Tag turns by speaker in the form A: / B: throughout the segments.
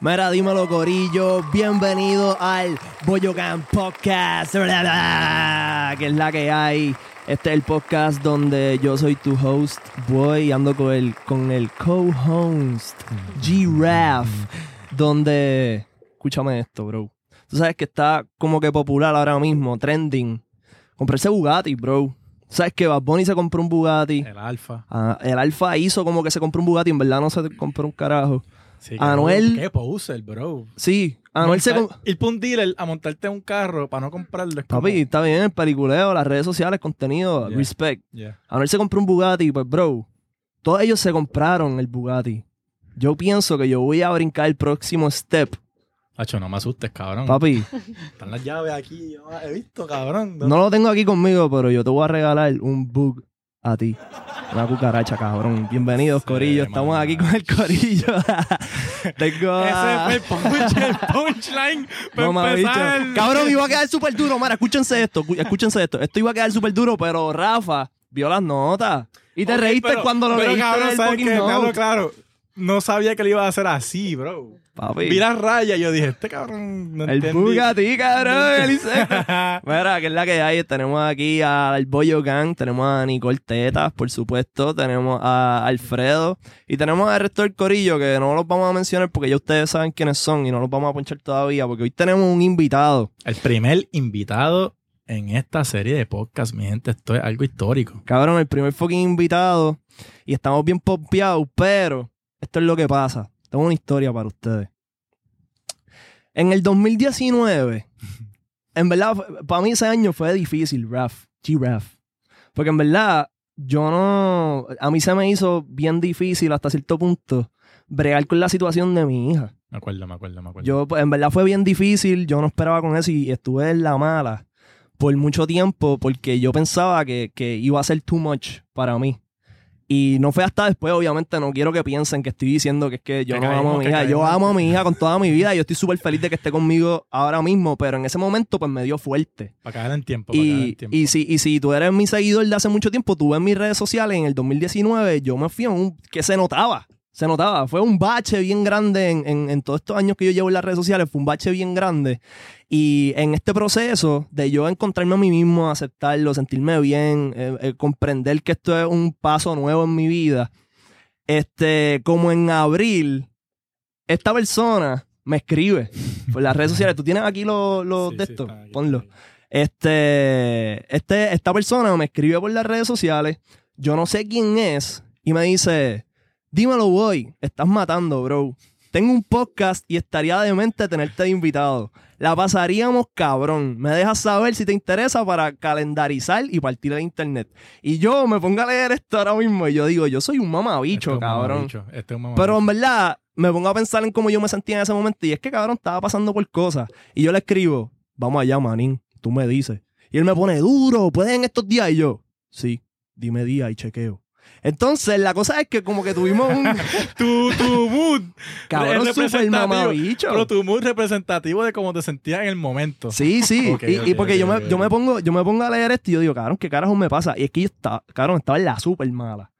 A: Mira, dímelo, Corillo. Bienvenido al Boyogan Podcast. Bla, bla, Que es la que hay. Este es el podcast donde yo soy tu host, Boy, y ando con el, con el co-host, Giraffe. Donde. Escúchame esto, bro. Tú sabes que está como que popular ahora mismo, trending. Comprarse Bugatti, bro. ¿Sabes que Bad Bunny se compró un Bugatti?
B: El alfa.
A: Ah, el Alfa hizo como que se compró un Bugatti, en verdad no se compró un carajo.
B: Sí,
A: Anuel-
B: Qué poser, bro.
A: Sí, Anuel se... com-
B: Montar- Ir por un dealer a montarte un carro para no comprarlo. es como-
A: Papi, está bien, el peliculeo, las redes sociales, contenido,
B: Yeah.
A: respect.
B: Yeah.
A: Anuel se compró un Bugatti, pues bro, todos ellos se compraron el Bugatti. Yo pienso que yo voy a brincar el próximo step,
B: Hacho, no me asustes, cabrón.
A: papi.
B: Están las llaves aquí. Yo las he visto, cabrón.
A: No lo tengo aquí conmigo, pero yo te voy a regalar un bug a ti. Una cucaracha, cabrón. Bienvenidos,
B: Sí,
A: Corillo. Estamos
B: mano.
A: aquí con el Corillo. tengo a...
B: Ese fue el, punch, el punchline. pa'
A: Mamabicho.
B: empezar el-
A: Cabrón, iba a quedar súper duro. Mara, escúchense esto, escu- escúchense esto. Esto iba a quedar súper duro, pero Rafa vio las notas. Y te
B: Ok,
A: reíste
B: pero-
A: cuando lo
B: pero,
A: leíste
B: cabrón,
A: del
B: ¿sabes
A: fucking
B: qué? Te
A: note.
B: hablo claro. No sabía que lo iba a hacer así, bro.
A: Papi,
B: Vi las rayas y yo dije, este cabrón no
A: el
B: entendí.
A: Bugatti, cabrón, el Iseco. Mira, que es la que hay. Tenemos aquí al Boyo Gang, tenemos a Nicole Tetas, por supuesto, tenemos a Alfredo y tenemos al resto del corillo que no los vamos a mencionar porque ya ustedes saben quiénes son y no los vamos a ponchar todavía porque hoy tenemos un invitado.
B: El primer invitado en esta serie de podcast, mi gente, esto es algo histórico.
A: Cabrón, el primer fucking invitado y estamos bien pompeados, pero esto es lo que pasa. Tengo una historia para ustedes. En el 2019, en verdad, para mí ese año fue difícil, Raf, G-Raf. Porque en verdad, yo no. A mí se me hizo bien difícil hasta cierto punto bregar con la situación de mi hija.
B: Me acuerdo, me acuerdo, me acuerdo.
A: Yo, pues, en verdad fue bien difícil, yo no esperaba con eso y estuve en la mala por mucho tiempo porque yo pensaba que, que iba a ser too much para mí. Y no fue hasta después, obviamente, no quiero que piensen que estoy diciendo que es que yo
B: Que
A: no
B: caímos,
A: amo a mi
B: que
A: hija. Yo
B: caímos.
A: amo a mi hija con toda mi vida y yo estoy súper feliz de que esté conmigo ahora mismo, pero en ese momento pues me dio fuerte.
B: Para caer en tiempo, para caer en
A: Y,
B: tiempo.
A: y, si, y si tú eres mi seguidor de hace mucho tiempo, tú ves mis redes sociales en el 2019, yo me fui a un... que se notaba, se notaba. Fue un bache bien grande en, en- en todos estos años que yo llevo en las redes sociales, fue un bache bien grande. Y en este proceso de yo encontrarme a mí mismo, aceptarlo, sentirme bien, eh, eh, comprender que esto es un paso nuevo en mi vida, este, como en abril, esta persona me escribe por las redes sociales. Tú tienes aquí los los
B: Sí,
A: de
B: sí,
A: estos,
B: está aquí,
A: ponlo.
B: está aquí.
A: Este, este, esta persona me escribió por las redes sociales, yo no sé quién es, y me dice, dímelo, boy, estás matando, bro. Tengo un podcast y estaría demente tenerte de invitado. La pasaríamos cabrón. Me dejas saber si te interesa para calendarizar y partir de internet. Y yo me pongo a leer esto ahora mismo y yo digo, yo soy un
B: Este
A: mamabicho,
B: es un
A: cabrón.
B: mamabicho, Este es un
A: Pero
B: mamabicho.
A: en verdad, me pongo a pensar en cómo yo me sentía en ese momento. Y es que, cabrón, estaba pasando por cosas. Y yo le escribo, vamos allá, manín, tú me dices. Y él me pone, duro, ¿puedes en estos días? Y yo, sí, dime día y chequeo. Entonces, la cosa es que como que tuvimos un
B: Tu, tu mood.
A: cabrón
B: Es
A: super
B: representativo,
A: mamabicho.
B: Pero tu mood representativo de cómo te sentías en el momento.
A: Sí, sí.
B: Ok,
A: y, y
B: ok,
A: porque
B: ok,
A: yo, me,
B: ok,
A: yo me
B: ok.
A: pongo, yo me pongo a leer esto y yo digo, cabrón, ¿qué carajo me pasa? Y es que yo estaba, cabrón, estaba en la super mala.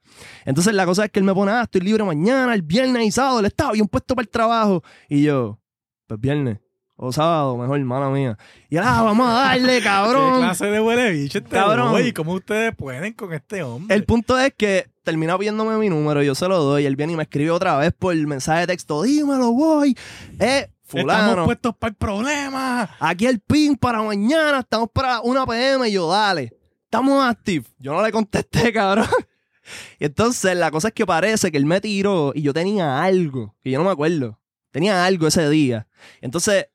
A: Entonces la cosa es que él me pone, ah, estoy libre mañana, el viernes y sábado, él estaba bien puesto para el trabajo. Y yo, pues viernes o sábado, mejor, hermana mía. Y él, ah, vamos a darle,
B: ¿Qué
A: cabrón.
B: clase de huele bicho este
A: Cabrón.
B: güey? ¿Cómo ustedes pueden con este hombre?
A: El punto es que termina pidiéndome mi número, yo se lo doy, él viene y me escribe otra vez por el mensaje de texto, dímelo, voy. Eh, fulano.
B: Estamos puestos para el problema.
A: Aquí el pin para mañana, estamos para una PM. Y yo, dale, estamos active. Yo no le contesté, cabrón. Y entonces la cosa es que parece que él me tiró y yo tenía algo, que yo no me acuerdo. Tenía algo ese día. Entonces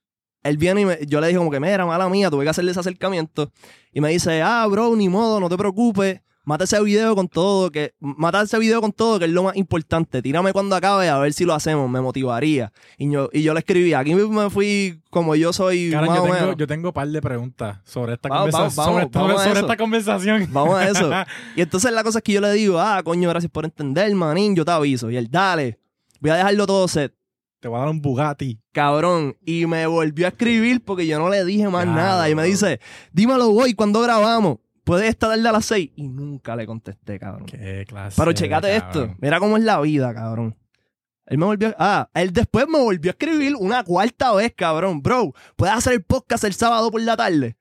A: él viene y me- yo le dije como que, mira, mala mía, tuve que hacerle ese acercamiento. Y me dice, ah, bro, ni modo, no te preocupes. Mata ese video con todo, que mata ese video con todo, que es lo más importante. Tírame cuando acabe a ver si lo hacemos, me motivaría. Y yo, y yo le escribí, aquí me fui como yo soy
B: Cabrón,
A: más
B: yo
A: o
B: tengo,
A: menos.
B: yo tengo un par de preguntas sobre esta,
A: Vamos,
B: conversación.
A: vamos,
B: sobre esta-
A: vamos a
B: sobre
A: eso.
B: esta conversación.
A: Vamos a eso. Y entonces la cosa es que yo le digo, ah, coño, gracias por entender, manín, yo te aviso. Y él, dale, voy a dejarlo todo set,
B: Te voy a dar un Bugatti.
A: cabrón. Y me volvió a escribir porque yo no le dije más
B: Claro.
A: nada. Y me dice, dímelo, voy, ¿cuándo grabamos? Puedes estar tarde a las seis. Y nunca le contesté, cabrón.
B: Qué clase.
A: Pero
B: de
A: checate esto.
B: cabrón.
A: Mira cómo es la vida, cabrón. Él me volvió. Ah, él después me volvió a escribir una cuarta vez, cabrón. Bro, ¿puedes hacer el podcast el sábado por la tarde?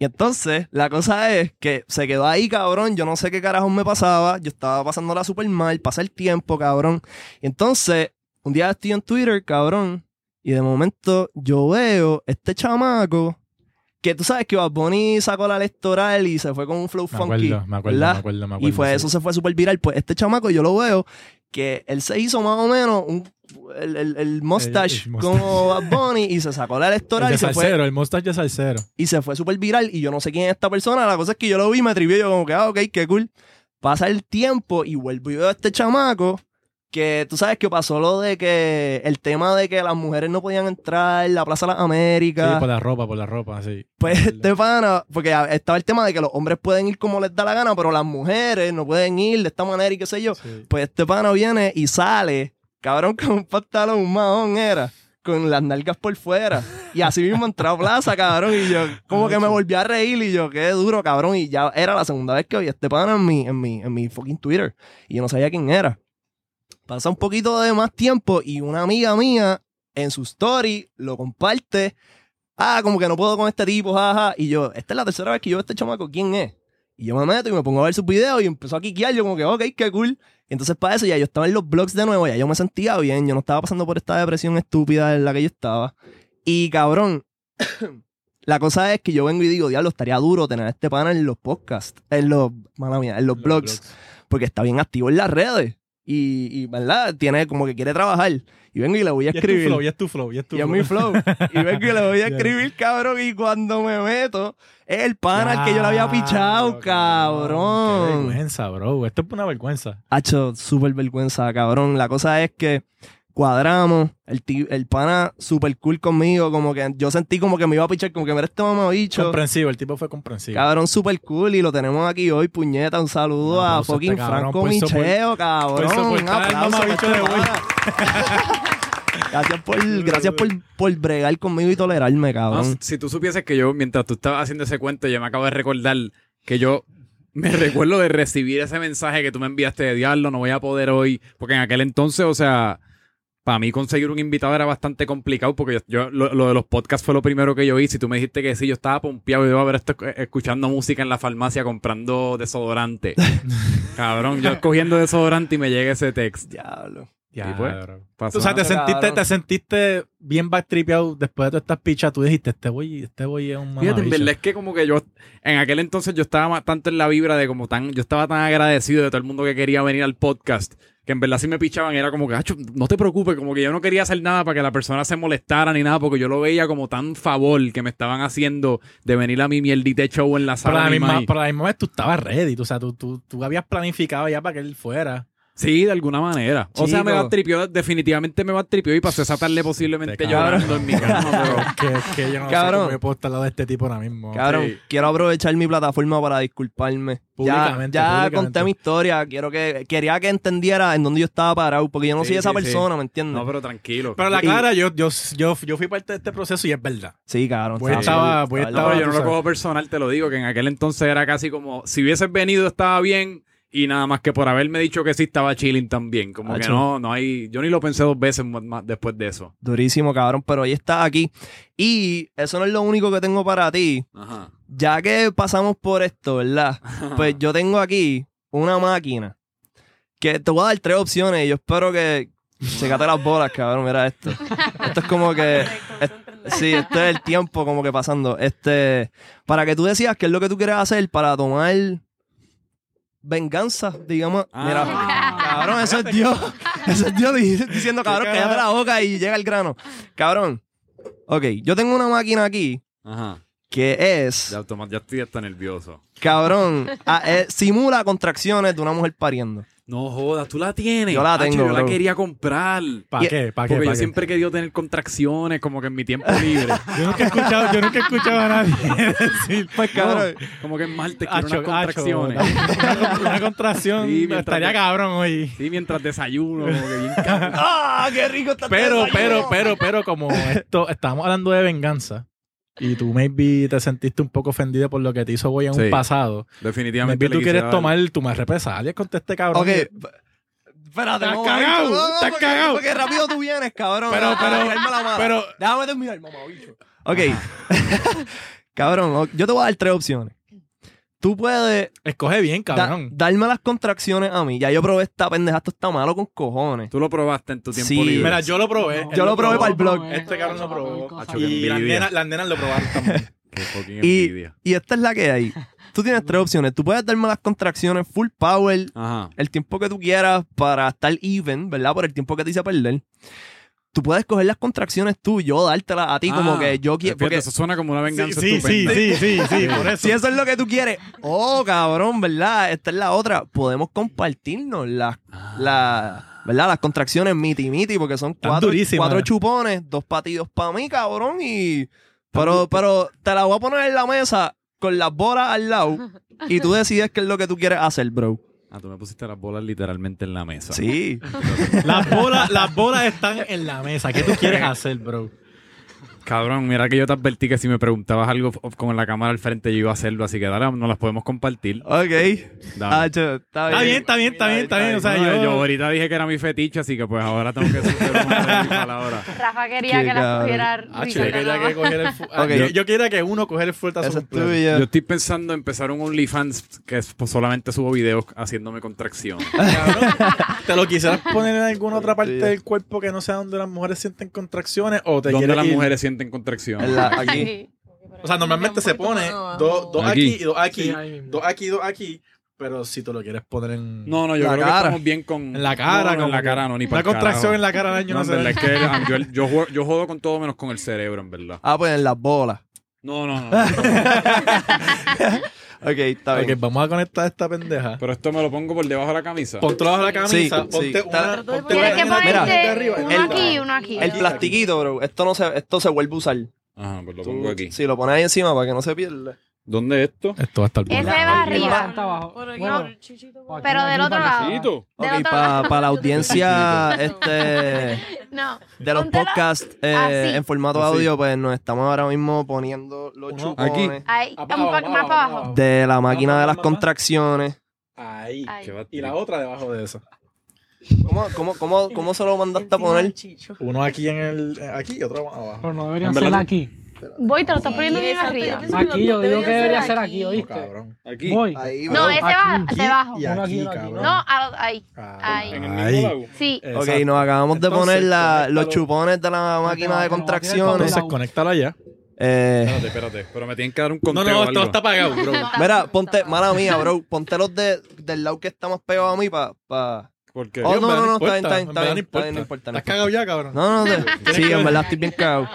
A: Y entonces, la cosa es que se quedó ahí, cabrón. Yo no sé qué carajo me pasaba. Yo estaba pasándola súper mal. Pasa el tiempo, cabrón. Y entonces, un día estoy en Twitter, cabrón. Y de momento, yo veo este chamaco. Que tú sabes que Bad Bunny sacó la electoral y se fue con un flow
B: Me
A: funky.
B: acuerdo, me acuerdo, me
A: ¿verdad?
B: acuerdo, me acuerdo.
A: Y fue
B: sí.
A: eso se fue súper viral. Pues este chamaco yo lo veo que él se hizo más o menos un, el, el, el mustache
B: el mustache.
A: como Bad Bunny y se sacó la
B: El
A: electoral
B: de
A: y se fue
B: salsero, el mustache de salsero.
A: y se fue súper viral y yo no sé quién es esta persona. La cosa es que yo lo vi, me atribuí yo como que, ah, ok, qué cool. Pasa el tiempo y vuelvo y veo a este chamaco que tú sabes que pasó lo de que el tema de que las mujeres no podían entrar en la Plaza de las
B: Sí,
A: Américas.
B: por la ropa, por la ropa, sí.
A: Pues
B: El-
A: este pana, porque a- estaba el tema de que los hombres pueden ir como les da la gana, pero las mujeres no pueden ir de esta manera y qué sé yo.
B: sí.
A: Pues este pana viene y sale, cabrón, con un pantalón, un mahón era, con las nalgas por fuera. Y así mismo entró a plaza, cabrón, y yo como que me volví a reír y yo, qué duro, cabrón. Y ya era la segunda vez que oí a este pana en mi, en mi, en mi fucking Twitter. Y yo no sabía quién era. Pasa un poquito de más tiempo y una amiga mía en su story lo comparte. Ah, como que no puedo con este tipo, jaja. Y yo, esta es la tercera vez que yo veo a este chamaco, ¿quién es? Y yo me meto y me pongo a ver sus videos y empezó a quiquear. Yo como que, ok, qué cool. Y entonces para eso ya yo estaba en los blogs de nuevo, ya yo me sentía bien, yo no estaba pasando por esta depresión estúpida en la que yo estaba. Y cabrón, la cosa es que yo vengo y digo, diablo, estaría duro tener a este pana en los podcasts, en los, mala mía, en los, blogs porque está bien activo en las redes. Y, y, ¿verdad? Tiene como que quiere trabajar. Y vengo y le voy a
B: Y es tu
A: escribir.
B: flow, y es tu flow, y es tu
A: Y es mi flow. Y vengo y le voy a
B: Ya.
A: escribir, cabrón. Y cuando me meto, es el pana al que yo le había pichado,
B: Diablo, Qué
A: cabrón.
B: vergüenza, bro. Esto es una vergüenza.
A: Hacho, súper vergüenza, cabrón. La cosa es que cuadramos, el, ti- el pana súper cool conmigo, como que yo sentí como que me iba a pichar, como que mira este mamabicho.
B: Comprensivo, el tipo fue comprensivo.
A: Cabrón, súper cool y lo tenemos aquí hoy, puñeta. Un saludo
B: Un
A: a
B: aplauso a este
A: fucking
B: cabrón
A: Franco
B: por sopor-
A: Micheo,
B: por
A: cabrón. Un
B: soportar el
A: aplauso.
B: mamabicho
A: para
B: de
A: este
B: hoy.
A: pana. gracias por, gracias por, por bregar conmigo y tolerarme,
C: No,
A: cabrón.
C: si tú supieses que yo, mientras tú estabas haciendo ese cuento, yo me acabo de recordar que yo me recuerdo de recibir ese mensaje que tú me enviaste de diablo, no voy a poder hoy. Porque en aquel entonces, o sea, para mí conseguir un invitado era bastante complicado porque yo, yo- lo, lo de los podcasts fue lo primero que yo hice. Y tú me dijiste que sí, yo estaba pompeado y iba a haber esto eh, escuchando música en la farmacia comprando desodorante. Cabrón, yo cogiendo desodorante y me llega ese texto.
A: Diablo.
C: Y pues,
B: bro.
C: Pasó.
B: Tú sabes, te
A: Cabrón.
B: sentiste, te sentiste bien backtripeado después de todas estas pichas. Tú dijiste, este güey este güey es un
C: Fíjate, en verdad
B: mamabicho.
C: es que como que yo, en aquel entonces yo estaba ma- tanto en la vibra de como tan, yo estaba tan agradecido de todo el mundo que quería venir al podcast, que en verdad si me pichaban era como que, "Acho, no te preocupes, como que yo no quería hacer nada para que la persona se molestara ni nada, porque yo lo veía como tan favor que me estaban haciendo de venir a mi mierdite show en la
B: Pero
C: sala.
B: a la
C: de mi
B: misma,
C: maíz.
B: pero a la misma vez tú estabas ready. Tú, o sea, tú, tú, tú habías planificado ya para que él fuera.
C: Sí, de alguna manera. O sea, me
A: Chico.
C: va tripió, definitivamente me va tripió y pasé esa tarde posiblemente
B: Te cabrón.
C: llorando en mi cama, pero...
B: que, que yo no
A: Cabrón.
B: sé cómo yo puedo estar al lado de este tipo ahora mismo.
A: Cabrón,
C: Sí.
A: quiero aprovechar mi plataforma para disculparme. Ya,
B: Públicamente,
A: ya
B: públicamente.
A: conté mi historia. Quiero que, quería que entendiera en dónde yo estaba parado, porque yo no
C: Sí,
A: soy esa
C: sí, sí.
A: persona, ¿me entiendes?
C: No, pero tranquilo.
B: Pero la
A: Y-
B: cara, yo, yo, yo, yo fui parte de este proceso y es verdad.
A: Sí, cabrón.
B: Voy estaba- voy
C: No, pero yo no
B: Ah, tú
C: lo
B: sabes.
C: cojo personal, te lo digo, que en aquel entonces era casi como, si hubieses venido estaba bien y nada más que por haberme dicho que sí estaba chilling también. Como que
A: Acho.
C: no, no hay, yo ni lo pensé dos veces más, más después de eso.
A: Durísimo, cabrón, pero hoy está aquí. Y eso no es lo único que tengo para ti.
C: Ajá.
A: Ya que pasamos por esto, ¿verdad? Pues yo tengo aquí una máquina que te voy a dar tres opciones y yo espero que se cate las bolas, cabrón. Mira esto. Esto es como que. Sí, este es el tiempo como que pasando. Este, para que tú decías qué es lo que tú quieres hacer para tomar venganza, digamos.
C: Ah.
A: Mira, cabrón, eso es Dios. Eso es Dios di- diciendo, cabrón,
B: carajo.
A: cállate la boca y llega el grano. Cabrón. Ok, yo tengo una máquina aquí
C: Ajá.
A: que es,
C: Ya, Tomás, ya estoy hasta nervioso.
A: cabrón, a- eh, simula contracciones de una mujer pariendo.
C: No jodas, tú la tienes.
A: Yo la
C: Acho,
A: tengo,
C: yo la
A: bro.
C: quería comprar.
B: ¿Para
A: Y-
B: qué? ¿Para qué?
C: Porque
B: ¿Pa
C: yo
B: qué?
C: siempre he querido tener contracciones como que en mi tiempo libre.
B: Yo nunca he escuchado, yo nunca he escuchado a nadie decir.
A: Pues, cabrón.
C: como que en Marte quiero
B: Acho,
C: unas contracciones.
B: acho, una, una contracción
C: Sí, mientras
B: estaría
C: te-
B: cabrón hoy.
C: Sí, mientras desayuno, como que bien cabrón.
A: ¡Ah, qué rico está
B: Pero,
A: este
B: pero,
A: desayuno!
B: pero, pero, como esto, estamos hablando de venganza y tú maybe te sentiste un poco ofendido por lo que te hizo Boy en
C: Sí.
B: un pasado. Maybe
C: Definitivamente.
B: tú
C: le quisiera
B: quieres
C: dar-
B: tomar tu más represalias contra este cabrón.
A: Ok, Espérate,
C: Estás
A: momento.
C: cagao, estás
A: porque-
C: cagao.
A: Porque rápido tú vienes, cabrón.
C: Pero,
A: Ah,
C: pero,
A: calma la mano.
C: pero-
A: Déjame terminar, mamabicho. Ok. cabrón, o- yo te voy a dar tres opciones. Tú puedes
B: Escoge bien,
A: da-
B: cabrón.
A: darme las contracciones a mí. Ya yo probé esta pendeja, esto está malo con cojones.
C: Tú lo probaste en tu tiempo
A: Sí.
C: libre.
B: Mira, yo lo probé.
A: Yo
B: él
A: lo probé
B: probó.
A: para el blog.
B: Este cabrón lo probó.
C: Acho, qué
B: Y las
C: envidia.
B: nenas, las nenas lo probaron también.
C: Qué fucking
A: Y-
C: envidia.
A: Y esta es la que hay. Tú tienes tres opciones. Tú puedes darme las contracciones full power
C: Ajá.
A: el tiempo que tú quieras para estar even, ¿verdad? Por el tiempo que te hice perder. Tú puedes coger las contracciones tú y yo dártelas a ti como
C: Ah,
A: que yo quiero.
C: fíjate,
A: Porque
C: eso suena como una venganza
B: sí, sí,
C: estupenda.
B: sí, sí, sí, por eso.
A: si eso es lo que tú quieres, oh cabrón, ¿verdad? Esta es la otra. Podemos compartirnos las,
C: Ah.
A: las- ¿verdad? Las contracciones miti miti porque son
B: Están
A: cuatro,
B: durísimas.
A: cuatro chupones, dos patidos para mí, cabrón. Y pero, pero te la voy a poner en la mesa con las bolas al lado y tú decides qué es lo que tú quieres hacer, bro.
C: Ah, tú me pusiste las bolas literalmente en la mesa.
A: Sí.
B: Las bolas, las bolas están en la mesa. ¿Qué tú quieres hacer, bro?
C: Cabrón, mira que yo te advertí que si me preguntabas algo f- con la cámara al frente yo iba a hacerlo, así que dale, no las podemos compartir.
B: Ah,
A: Ok.
C: Dame.
A: Ah, cho, está
B: Está bien, está bien, está bien, está bien. O sea,
C: No, yo...
B: yo.
C: ahorita dije que era mi fetiche, así que pues ahora tengo que superar mi palabra.
D: Rafa quería
A: Qué
D: que la
A: cabrón.
D: pudiera
B: Ah,
D: Ricardo
B: yo quería que
D: Navas.
B: cogiera el fu- ah,
A: Ok.
B: yo- Yo quería que uno cogiera el fuerte a
A: Esa
B: su
A: es tuya.
C: Yo estoy pensando en empezar un OnlyFans que es- pues, solamente subo videos haciéndome contracción.
B: ¿Te lo quisieras poner en alguna otra parte
A: Tuya.
B: del cuerpo que no sea donde las mujeres sienten contracciones o te
C: donde
B: quieres
C: las
B: ir?
C: mujeres sienten contracción.
A: En la- aquí.
D: Sí.
B: O sea, normalmente se pone dos, dos
C: Aquí.
B: aquí. y dos aquí,
E: Sí, ahí mismo.
B: dos aquí, dos aquí, pero si te lo quieres poner en,
C: No, no, yo
A: La
C: creo
A: cara.
C: que estamos bien con...
B: en la cara.
C: No, no, en
B: como
C: la
B: que-
C: cara no, ni para
B: Una contracción en la cara daño
C: No,
B: no,
C: en
B: se
C: verdad
B: da.
C: es que ah, yo, yo, juego- yo jodo con todo menos con el cerebro, en verdad.
A: Ah, pues en las bolas.
C: No, no, no.
A: Ok, está
B: Ok,
A: bien.
B: vamos a conectar esta pendeja.
C: Pero esto me lo pongo por debajo de la camisa.
B: Ponte bajo la camisa,
A: Sí,
B: ponte
A: sí.
B: una, ponte
D: Tienes
B: una
D: que
B: en la parte de
D: ponerte
B: arriba, en
D: uno
B: la
A: el-
B: parte
D: aquí
B: de
D: y
B: abajo.
D: uno aquí.
A: El plastiquito, bro. Esto no se, esto se vuelve a usar.
C: Ajá, pues lo
A: Tú-
C: pongo aquí.
A: Si lo pones ahí encima para que no se pierda.
C: ¿Dónde es esto?
B: Esto va a estar
D: Ese
B: bueno.
D: va
E: Aquí
D: arriba.
E: Hasta abajo.
D: Por aquí,
E: Bueno,
D: por el
E: aquí,
D: Pero del
E: aquí,
D: otro
E: para acá.
D: lado.
C: Tito.
D: Del
A: Ok,
D: otro
A: para
D: lado.
A: la audiencia este,
D: No.
A: de los
D: Póntelo
A: podcasts eh,
D: así.
A: en formato
C: Así.
A: audio, pues nos estamos ahora mismo poniendo los
B: Uno.
A: chupones
D: Ahí, un
E: Más para
D: poco
E: abajo,
D: más para abajo.
E: abajo.
A: de la máquina de las
B: Vamos, vamos,
A: contracciones.
B: Ahí.
D: Ahí.
C: Qué
B: Y la otra debajo de esa.
A: ¿Cómo, cómo, cómo, cómo se lo mandaste a poner?
B: Uno aquí en el. Aquí y otro abajo.
E: Pero no deberían
C: En
E: ser
C: verdad-
E: aquí.
D: Voy, te lo estás poniendo bien
F: exacto,
D: arriba.
F: yo pienso
E: Aquí yo digo que debería ser aquí,
B: Oh,
E: ¿oíste?
B: cabrón.
C: Aquí.
E: Voy.
A: Ahí,
D: No, ese va
E: Aquí
D: debajo.
B: Y
E: Uno aquí,
B: aquí,
E: uno aquí,
B: cabrón.
E: ¿no?
D: No, al- ahí.
B: Ah,
D: Ahí.
C: En el
B: ahí.
C: mismo lago.
D: Sí.
A: Ok,
B: Exacto.
A: nos acabamos de
B: Entonces,
A: poner la- los
B: conéctalo.
A: chupones de la máquina de
E: Entonces,
A: contracciones.
B: Entonces, conéctalo allá.
A: Eh,
C: Espérate, espérate. Pero me tienen que dar un conteo.
B: No, no,
C: o
B: esto
C: algo.
B: está apagado, bro.
A: mira, ponte, mala mía, bro, ponte los de, del lado que está más pegado a mí para...
C: Porque
A: Oh,
B: Dios,
A: no,
B: me
A: no, no,
B: importa,
A: está bien, está
B: me
A: bien, está bien, no importa, no
B: Estás cagado ya, cabrón.
A: No, no, no. Sí, en verdad estoy bien cagado.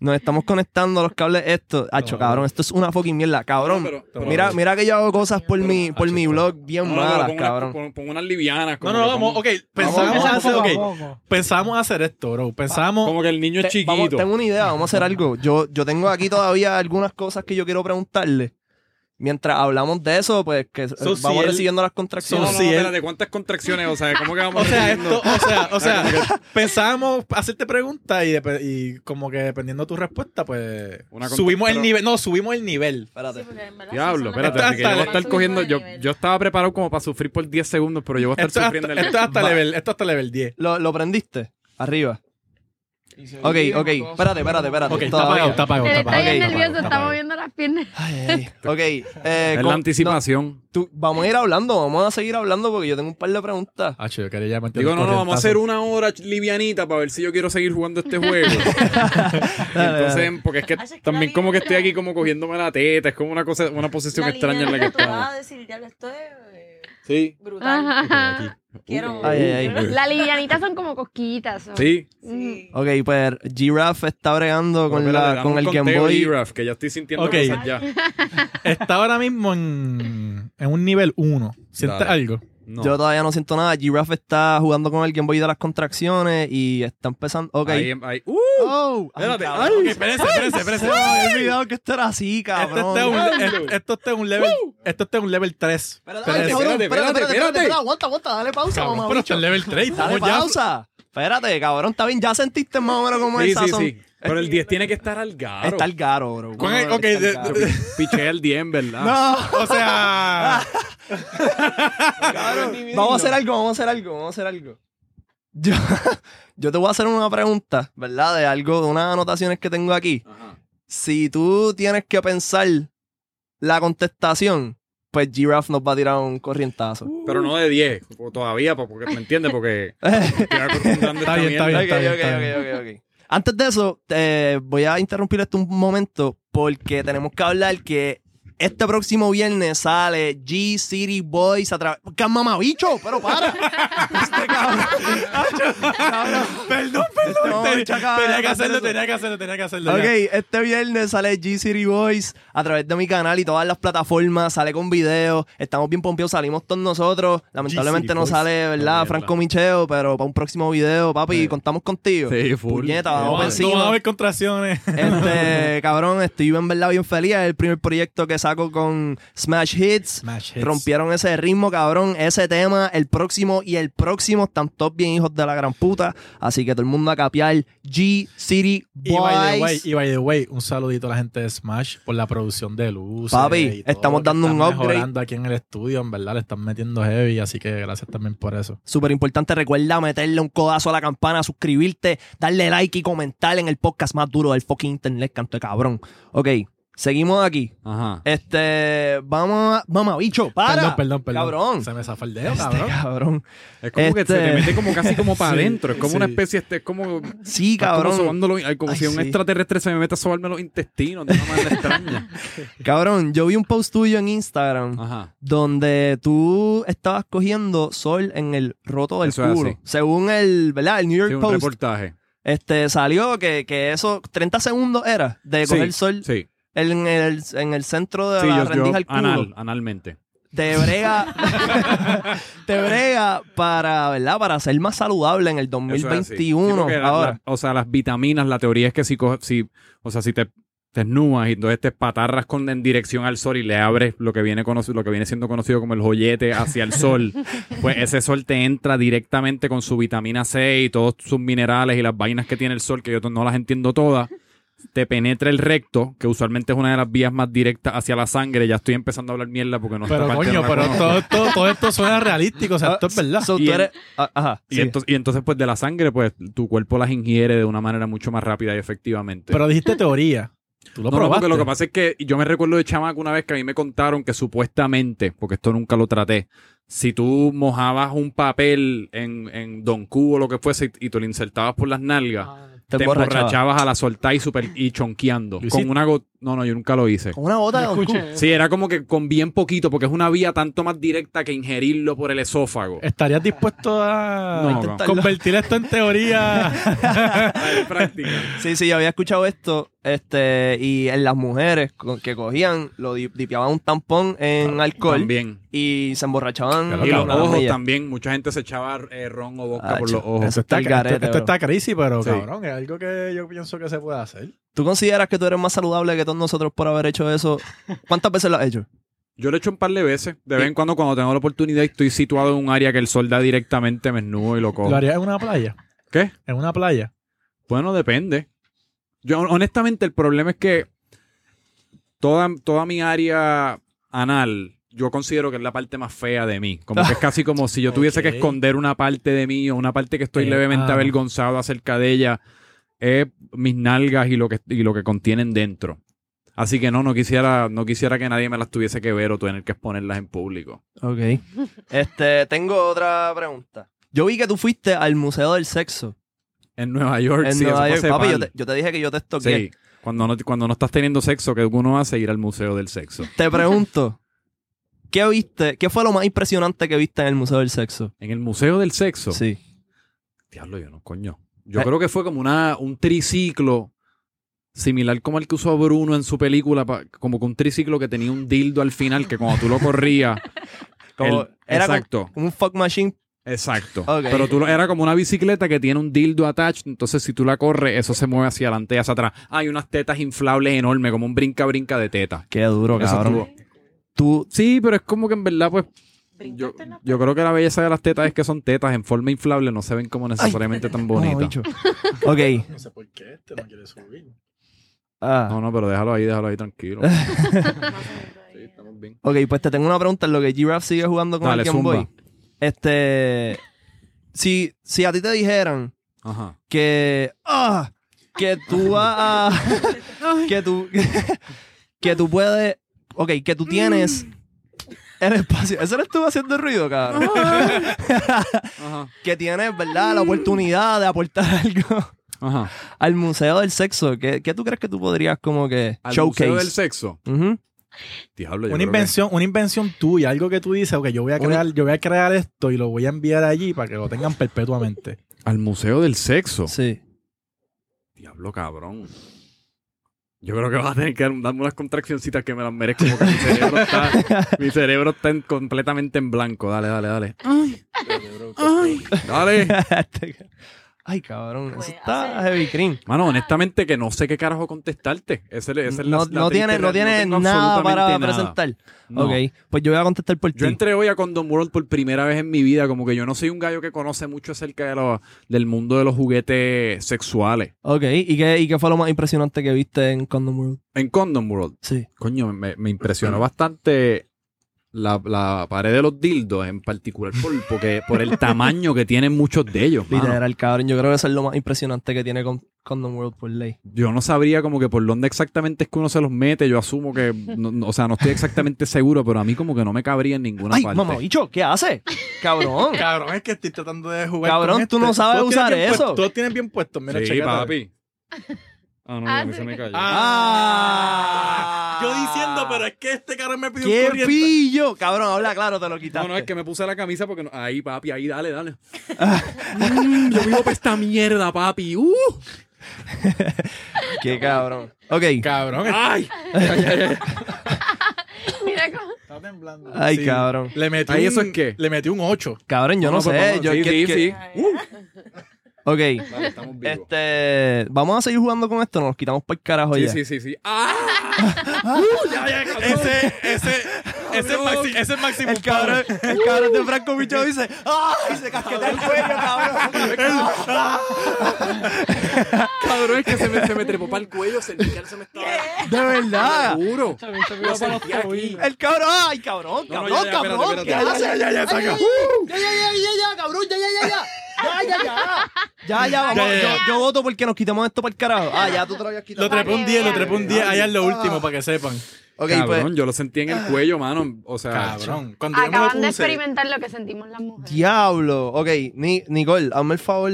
A: Nos estamos conectando a los cables estos. Hacho,
B: No.
A: cabrón, esto es una fucking mierda. Cabrón,
C: No, pero- pero-
A: mira, mira que yo hago cosas por mi, por
B: Hacho,
A: mi
B: está-
A: blog bien
C: No, no, pero
A: malas,
C: pon unas-
A: cabrón.
C: pon- pon unas livianas.
B: No,
C: como
B: no,
C: que
B: vamos,
C: pon-
B: ok. Pensábamos
A: vamos,
B: hacer, ok,
E: poco a poco.
B: Pensamos hacer esto, bro. Pensamos.
C: Como que el niño es
A: Te- vamos,
C: chiquito.
A: tengo una idea, vamos a hacer algo. Yo, yo tengo aquí todavía algunas cosas que yo quiero preguntarle. Mientras hablamos de eso, pues que eh,
B: So, si
A: vamos
B: él-
A: recibiendo las
C: No,
A: contracciones.
B: So,
C: no, no,
B: si él-
C: espérate, ¿cuántas contracciones? O sea, ¿cómo que vamos Ah,
B: O sea,
C: haciendo?
B: esto, o sea, o sea, pensábamos hacerte preguntas y, depe- y como que dependiendo de tu respuesta, pues
C: Una contra-
B: subimos el
C: pero-
B: nivel. No, subimos el nivel.
A: Espérate.
C: Diablo, espérate,
B: Esto
C: así que yo voy a
B: hasta-
C: estar cogiendo. Yo, yo estaba preparado como para sufrir por 10 segundos, pero yo voy a estar
B: Esto es
C: sufriendo
B: hasta,
C: el-
B: esto es hasta
A: Va.
B: level, esto es hasta level 10.
A: ¿Lo, lo prendiste? Arriba. Ok, ok, espérate, espérate, espérate.
B: Ok, está
A: Todavía.
B: apagado, está apagado,
D: Se le
B: está
D: está
B: apagado.
D: bien
A: Ok.
D: nervioso, está
B: apagado.
D: moviendo las piernas.
A: Ay, ay, ay. Ok, eh,
C: Es
A: con-
C: la
A: no,
C: anticipación.
A: tú- vamos a ir hablando, vamos a seguir hablando porque yo tengo un par de preguntas.
B: Hacho, yo quería llamarte.
C: Digo,
B: al
C: no, no, vamos a hacer
B: corrientazo.
C: una hora livianita para ver si yo quiero seguir jugando este juego. Y
A: Dale,
C: entonces,
A: dale.
C: porque es que
F: Haces que
C: también
F: la
C: como que estoy
F: libra.
C: aquí como cogiéndome la teta, es como una cosa, una posición extraña en la que
F: vas
C: estamos.
F: a decir, ya lo estoy. eh,
C: Sí.
F: Brutal.
D: Ajá.
F: Quiero.
A: Uh. Ay, ay, ay.
C: pues.
D: Las livianitas son como cosquillitas. son.
C: Sí.
F: Sí.
A: Ok, pues Giraffe está bregando con,
C: Espérate,
A: la,
C: dame
A: con
C: un
A: el Game
C: conteo,
A: Boy.
C: Giraffe, que ya estoy sintiendo
B: Ok.
C: cosas ya.
B: Está ahora mismo en, en un nivel 1. ¿Sientes
C: Dale.
B: algo?
C: No.
A: Yo todavía no siento nada. Giraffe está jugando con el Game Boy de las contracciones y está empezando. Ok.
C: Ahí, ahí. ¡Uh!
A: Oh, ay,
C: Espérate,
A: cabrón.
C: ay,
B: Ok, espérense, espérense,
A: Se
B: espérense.
A: me había olvidado que esto era así,
B: Este
A: cabrón.
B: está un,
C: Diablo.
B: es- esto está un level, esto está un level 3.
A: Espérate,
B: Pero-
A: ay, cabrón,
C: espérate, espérate, espérate.
A: aguanta, aguanta, dale pausa,
B: Cabrón,
A: mamá.
B: pero está en level 3.
A: Dale
B: Estamos ya.
A: pausa. Espérate, cabrón, está bien. Ya sentiste más o menos cómo
C: Sí,
A: es el
C: sí,
A: sazón.
C: sí. Pero el 10 tiene que estar al garo.
A: Está el garo, bro.
B: ¿Cuál es?
A: Está
B: Ok,
A: el
B: de-
A: garo.
B: de-
C: Piché el 10, ¿verdad?
A: No.
B: O sea,
A: Cabrón, vamos a hacer algo, vamos a hacer algo, vamos a hacer algo. Yo, yo te voy a hacer una pregunta, ¿verdad? De algo, de unas anotaciones que tengo aquí.
C: Ajá.
A: Si tú tienes que pensar la contestación, pues Giraffe nos va a tirar un corrientazo.
C: Pero no de 10, o todavía, po- porque me entiendes, porque
B: Uh.
C: estoy acostumbrando
B: Está
C: esta
B: bien, está
C: mierda.
A: Ok,
B: bien.
A: ok,
B: está
A: ok,
B: bien.
A: ok, ok. Antes de eso, eh, voy a interrumpir esto un momento porque tenemos que hablar que este próximo viernes sale G City Boys a través. ¡Can mamabicho! ¡Pero para! Este cabrón. Cabrón.
B: Perdón, perdón.
A: No,
B: tenía,
A: chaca,
B: tenía que
A: hacer
B: hacerlo,
A: eso.
B: tenía que hacerlo, tenía que hacerlo. ya.
A: Ok, este viernes sale G-City Boys a través de mi canal y todas las plataformas, sale con video, estamos bien pompeados, salimos todos nosotros, lamentablemente no
B: Boys.
A: sale, ¿verdad?
C: mierda.
A: Franco Micheo, pero para un próximo video, papi,
C: Sí.
A: contamos contigo.
C: Sí, full.
A: Puñeta,
B: No,
A: vamos por
B: va- no va a
A: encima.
B: haber contracciones.
A: Este, cabrón, estoy en verdad bien feliz, es el primer proyecto que saco con Smash Hits. Rompieron ese ritmo, cabrón. Ese tema, el próximo y el próximo están todos bien hijos de la gran puta. Así que todo el mundo a capear. G City
B: Y by, the way,
A: Boys.
B: y by the way, un saludito a la gente de Smash por la producción de luz.
A: Papi, estamos dando un upgrade.
B: mejorando aquí en el estudio, en verdad, le están metiendo heavy, así que gracias también por eso.
A: Súper importante, recuerda meterle un codazo a la campana, suscribirte, darle like y comentar en el podcast más duro del fucking internet, canto de cabrón. Ok, seguimos aquí.
C: Ajá.
A: Este, vamos a. Mamá, bicho, para.
B: Perdón, perdón, perdón.
A: Cabrón.
B: Se me zafó el dedo,
A: Este
B: cabrón.
A: cabrón.
C: Es como que se
A: Este-
C: te mete como casi como para
B: Sí,
C: adentro. Es como
B: sí.
C: una especie, este, es como.
A: Sí,
C: estás como
A: cabrón.
C: sobando los- ay, como
A: Ay,
C: si un
A: sí.
C: extraterrestre se me mete a sobarme los intestinos de una manera extraña.
A: Cabrón, yo vi un post tuyo en Instagram
C: Ajá.
A: donde tú estabas cogiendo sol en el roto del
C: Eso es
A: culo.
C: así.
A: Según el, ¿verdad? El New York
C: Sí, un
A: Post,
C: reportaje.
A: este, salió que, que eso, 30 segundos era de
C: Sí,
A: coger sol
C: Sí.
A: en, el, en el centro de
C: Sí,
A: la
C: yo, yo
A: rendija al culo.
C: anal, analmente.
A: Te brega, te brega para, ¿verdad? Para ser más saludable en el
C: Eso es así. Sí,
A: 2021.
C: porque la-
A: ahora.
C: la- o sea, las vitaminas, la teoría es que si, coge- si o sea, si te te desnudas y entonces te patarras con, en dirección al sol y le abres lo que viene conoci- lo que viene siendo conocido como el joyete hacia el sol, pues ese sol te entra directamente con su vitamina C y todos sus minerales y las vainas que tiene el sol, que yo to- no las entiendo todas. Te penetra el recto, que usualmente es una de las vías más directas hacia la sangre. Ya estoy empezando a hablar mierda porque no
B: Pero
C: esta parte
B: coño,
C: no la Ah,
B: pero
C: conozco.
B: todo, todo, todo esto suena realístico, o sea, esto es verdad.
A: So,
C: Y
A: tú
C: el-
A: eres- ah, ajá,
C: Y,
A: sí.
C: entonces, y entonces, pues de la sangre, pues tu cuerpo las ingiere de una manera mucho más rápida y efectivamente.
B: Pero dijiste teoría. Tú lo
C: no, no,
B: probaste.
C: porque lo que pasa es que yo me recuerdo de chamaco una vez que a mí me contaron que supuestamente, porque esto nunca lo traté, si tú mojabas un papel en, en Don Cubo o lo que fuese y, y tú lo insertabas por las nalgas,
A: te
C: te
A: emborrachabas.
C: emborrachabas a la soltar y, super, y chonqueando.
B: ¿Lo hiciste?
C: Con una go- No, no, yo nunca lo hice.
A: Con una bota de Don Q.
C: Sí, era como que con bien poquito, porque es una vía tanto más directa que ingerirlo por el esófago.
B: ¿Estarías dispuesto a
C: No,
B: intentarlo? convertir esto en teoría?
C: Es práctica.
A: Sí, sí, yo había escuchado esto. Este, y en las mujeres co- que cogían, lo di- dipiaban un tampón en alcohol
C: Ah, También.
A: y se emborrachaban.
B: Claro,
C: Y los
A: con las
C: ojos
A: millas.
C: también. Mucha gente se echaba eh, ron o vodka
A: Ah,
C: por los
A: chacho,
C: ojos.
A: Eso está el
B: esto,
A: garete,
B: esto
A: bro.
B: está crazy, pero
C: Sí.
B: cabrón, es algo que yo pienso que se puede hacer.
A: ¿Tú consideras que tú eres más saludable que todos nosotros por haber hecho eso? ¿Cuántas veces lo has hecho?
C: Yo lo he hecho un par de veces. De vez en cuando, cuando tengo la oportunidad y estoy situado en un área que el sol da directamente, me esnudo y lo cojo.
B: ¿Lo harías en una playa?
C: ¿Qué?
B: En una playa.
C: Bueno, depende. Yo, honestamente, el problema es que toda, toda mi área anal, yo considero que es la parte más fea de mí. Como que es casi como si yo tuviese
B: Ok.
C: que esconder una parte de mí o una parte que estoy
B: Eh,
C: levemente
B: ah.
C: avergonzado acerca de ella. Es mis nalgas y lo que, y lo que contienen dentro. Así que no, no quisiera, no quisiera que nadie me las tuviese que ver o tener que exponerlas en público.
A: Ok. Este, tengo otra pregunta. Yo vi que tú fuiste al Museo del Sexo
C: En Nueva York,
A: en
C: sí, eso
A: Nueva
C: fue
A: York.
C: hace
A: Papi,
C: par.
A: yo te, yo te dije que yo te estoqué.
C: Sí, cuando no, cuando no estás teniendo sexo, que uno hace ir al museo del sexo.
A: Te pregunto, ¿qué viste? ¿Qué fue lo más impresionante que viste en el Museo del Sexo?
C: En el museo del sexo.
A: Sí.
C: Diablo, yo no, coño. Yo
A: Eh.
C: creo que fue como una, un triciclo similar como el que usó Bruno en su película, pa- como que un triciclo que tenía un dildo al final que cuando tú lo corrías.
A: Como-
C: el-
A: era como-
C: exacto,
A: Como un fuck machine.
C: exacto.
A: Ok.
C: Pero tú lo- era como una bicicleta que tiene un dildo attached, entonces si tú la corres, eso se mueve hacia adelante y hacia atrás. Hay unas tetas inflables enormes, como un brinca-brinca de tetas.
A: Qué duro,
C: Eso
A: cabrón.
C: estuvo-
A: Tú,
C: Sí, pero es como que en verdad, pues, yo,
F: Brincaste en la-
C: yo creo que la belleza de las tetas es que son tetas en forma inflable, no se ven como necesariamente tan
A: Mamá,
C: bonitas.
A: bicho. ok.
B: No sé por qué este no quiere subir.
A: Ah.
C: No, no, pero déjalo ahí, déjalo ahí tranquilo.
F: No sé, no sé.
C: estamos bien.
A: Ok, pues te tengo una pregunta en lo que Giraffe sigue jugando con
C: Dale,
A: el Game
C: zumba.
A: Boy. Este. Si, si a ti te dijeran
C: Ajá.
A: que. ¡Ah! que tú vas a. que tú. que tú puedes. Ok, que tú tienes. El espacio. Eso no estuvo haciendo ruido, cabrón.
C: Ajá.
A: que tienes, ¿verdad? La oportunidad de aportar algo
C: Ajá.
A: al Museo del Sexo. ¿Qué, qué tú crees que tú podrías, como que.
C: Al
A: showcase.
C: Museo del sexo.
A: Ujú.
C: Diablo, yo
B: Una
C: creo que-
B: invención, una invención tuya, algo que tú dices, ok, yo voy a
A: Una-
B: crear, yo voy a crear esto y lo voy a enviar allí para que lo tengan perpetuamente.
C: Al museo del sexo.
A: Sí.
C: Diablo, cabrón. Yo creo que vas a tener que darme unas contraccioncitas que me las merezco porque mi cerebro está, mi cerebro está en- completamente en blanco. Dale, dale, dale. Dale.
A: Ay, cabrón.
F: Pues,
A: Eso está
F: hace-
A: heavy cream.
C: Mano, honestamente que no sé qué carajo contestarte. Esa es- esa es
A: no,
C: la- la
A: no
C: triste
A: tiene, no
C: realidad.
A: tiene
C: tengo
A: nada
C: absolutamente
A: para
C: nada.
A: presentar.
C: No.
A: Ok, pues yo voy a contestar por ti.
C: Yo entré hoy a Condom World por primera vez en mi vida. Como que yo no soy un gallo que conoce mucho acerca de lo- del mundo de los juguetes sexuales.
A: Ok, ¿y qué, ¿y qué fue lo más impresionante que viste en Condom World?
C: En Condom World,
A: Sí.
C: coño, me, me impresionó bastante la, la pared de los dildos, en particular por, porque, por el tamaño que tienen muchos de ellos. mano.
A: Literal, cabrón. Yo creo que eso es lo más impresionante que tiene con Condom World por ley.
C: Yo no sabría como que por dónde exactamente es que uno se los mete. Yo asumo que, no- no- o sea, no estoy exactamente seguro, pero a mí como que no me cabría en ninguna
A: ¡Ay,
C: parte.
A: mamá, bicho! ¿Qué hace? ¡Cabrón!
B: Cabrón, es que estoy tratando de jugar.
A: Cabrón,
B: con
A: tú
B: este.
A: no sabes
B: Todos tienen
A: usar
B: bien
A: eso.
B: puesto- Todos tienen bien puestos. Mira,
C: sí,
B: chécate.
C: papi. Ah, no,
D: Ah,
C: a mí se
D: sí.
C: me cayó.
A: ¡Ah!
B: Yo diciendo, pero es que este cabrón me pidió un
A: ¡Qué
B: corriente.
A: pillo! Cabrón, habla claro, te lo
C: No,
A: quitaste.
C: no, es que me puse la camisa porque... no- Ahí, papi, ahí, dale, dale. Mm, yo vivo para esta mierda, papi. ¡Uh!
A: ¡Qué cabrón! Ok.
B: Cabrón,
C: ¡Ay!
D: Mira cómo.
B: está temblando.
A: Ay, cabrón.
B: Le metí
C: Ahí
B: un,
C: eso es qué.
B: Le metí un 8.
A: Cabrón, yo no,
C: pues,
A: sé.
C: vamos,
A: Yo,
C: sí,
A: que-
C: sí,
A: que-
C: sí.
A: Ok.
C: Vale, estamos vivos.
A: Este, vamos a seguir jugando con esto, nos quitamos por el carajo
C: Sí,
A: ya.
C: sí, sí, sí. ¡Ah! ¡Uh! Ya, ya, cabrón.
B: ese, ese
C: es Maxi-
B: ese es máximo
A: El cabrón,
C: Uh.
A: el cabrón de Franco Bicho dice, ¡ay! Se casquetea el cuello, cabrón.
C: Cabrón, es que se me, se me trepó para el cuello, sentí que él se me estaba...
A: De verdad.
C: Juro.
B: Lo sentí aquí.
A: El cabrón, ay, cabrón,
C: No, no,
A: cabrón,
C: ya, ya,
A: cabrón.
C: espérate,
A: ¿qué
C: espérate.
A: hace?
C: Ya, ya, ya, ya, saca.
A: Ay, ya, ya, ya, ya, ya, cabrón, ya, ya, ya, ya. Ya, ya, ya. Ya, ya, vamos.
B: Ya, ya,
A: Yo,
B: ya.
A: yo voto porque nos quitamos esto para el carajo. Ah, ya, tú te lo habías quitado.
B: Lo trepé un 10, lo trepé un 10. Allá es
A: Ah.
B: lo último, para que sepan.
A: Ok,
C: cabrón,
A: pues.
C: yo lo sentí en el cuello, mano. O sea,
B: Cabrón. Cuando yo me lo
D: Acaban de
B: puse...
D: experimentar lo que sentimos las mujeres.
A: Diablo. Ok, Ni- Nicole, hazme el favor,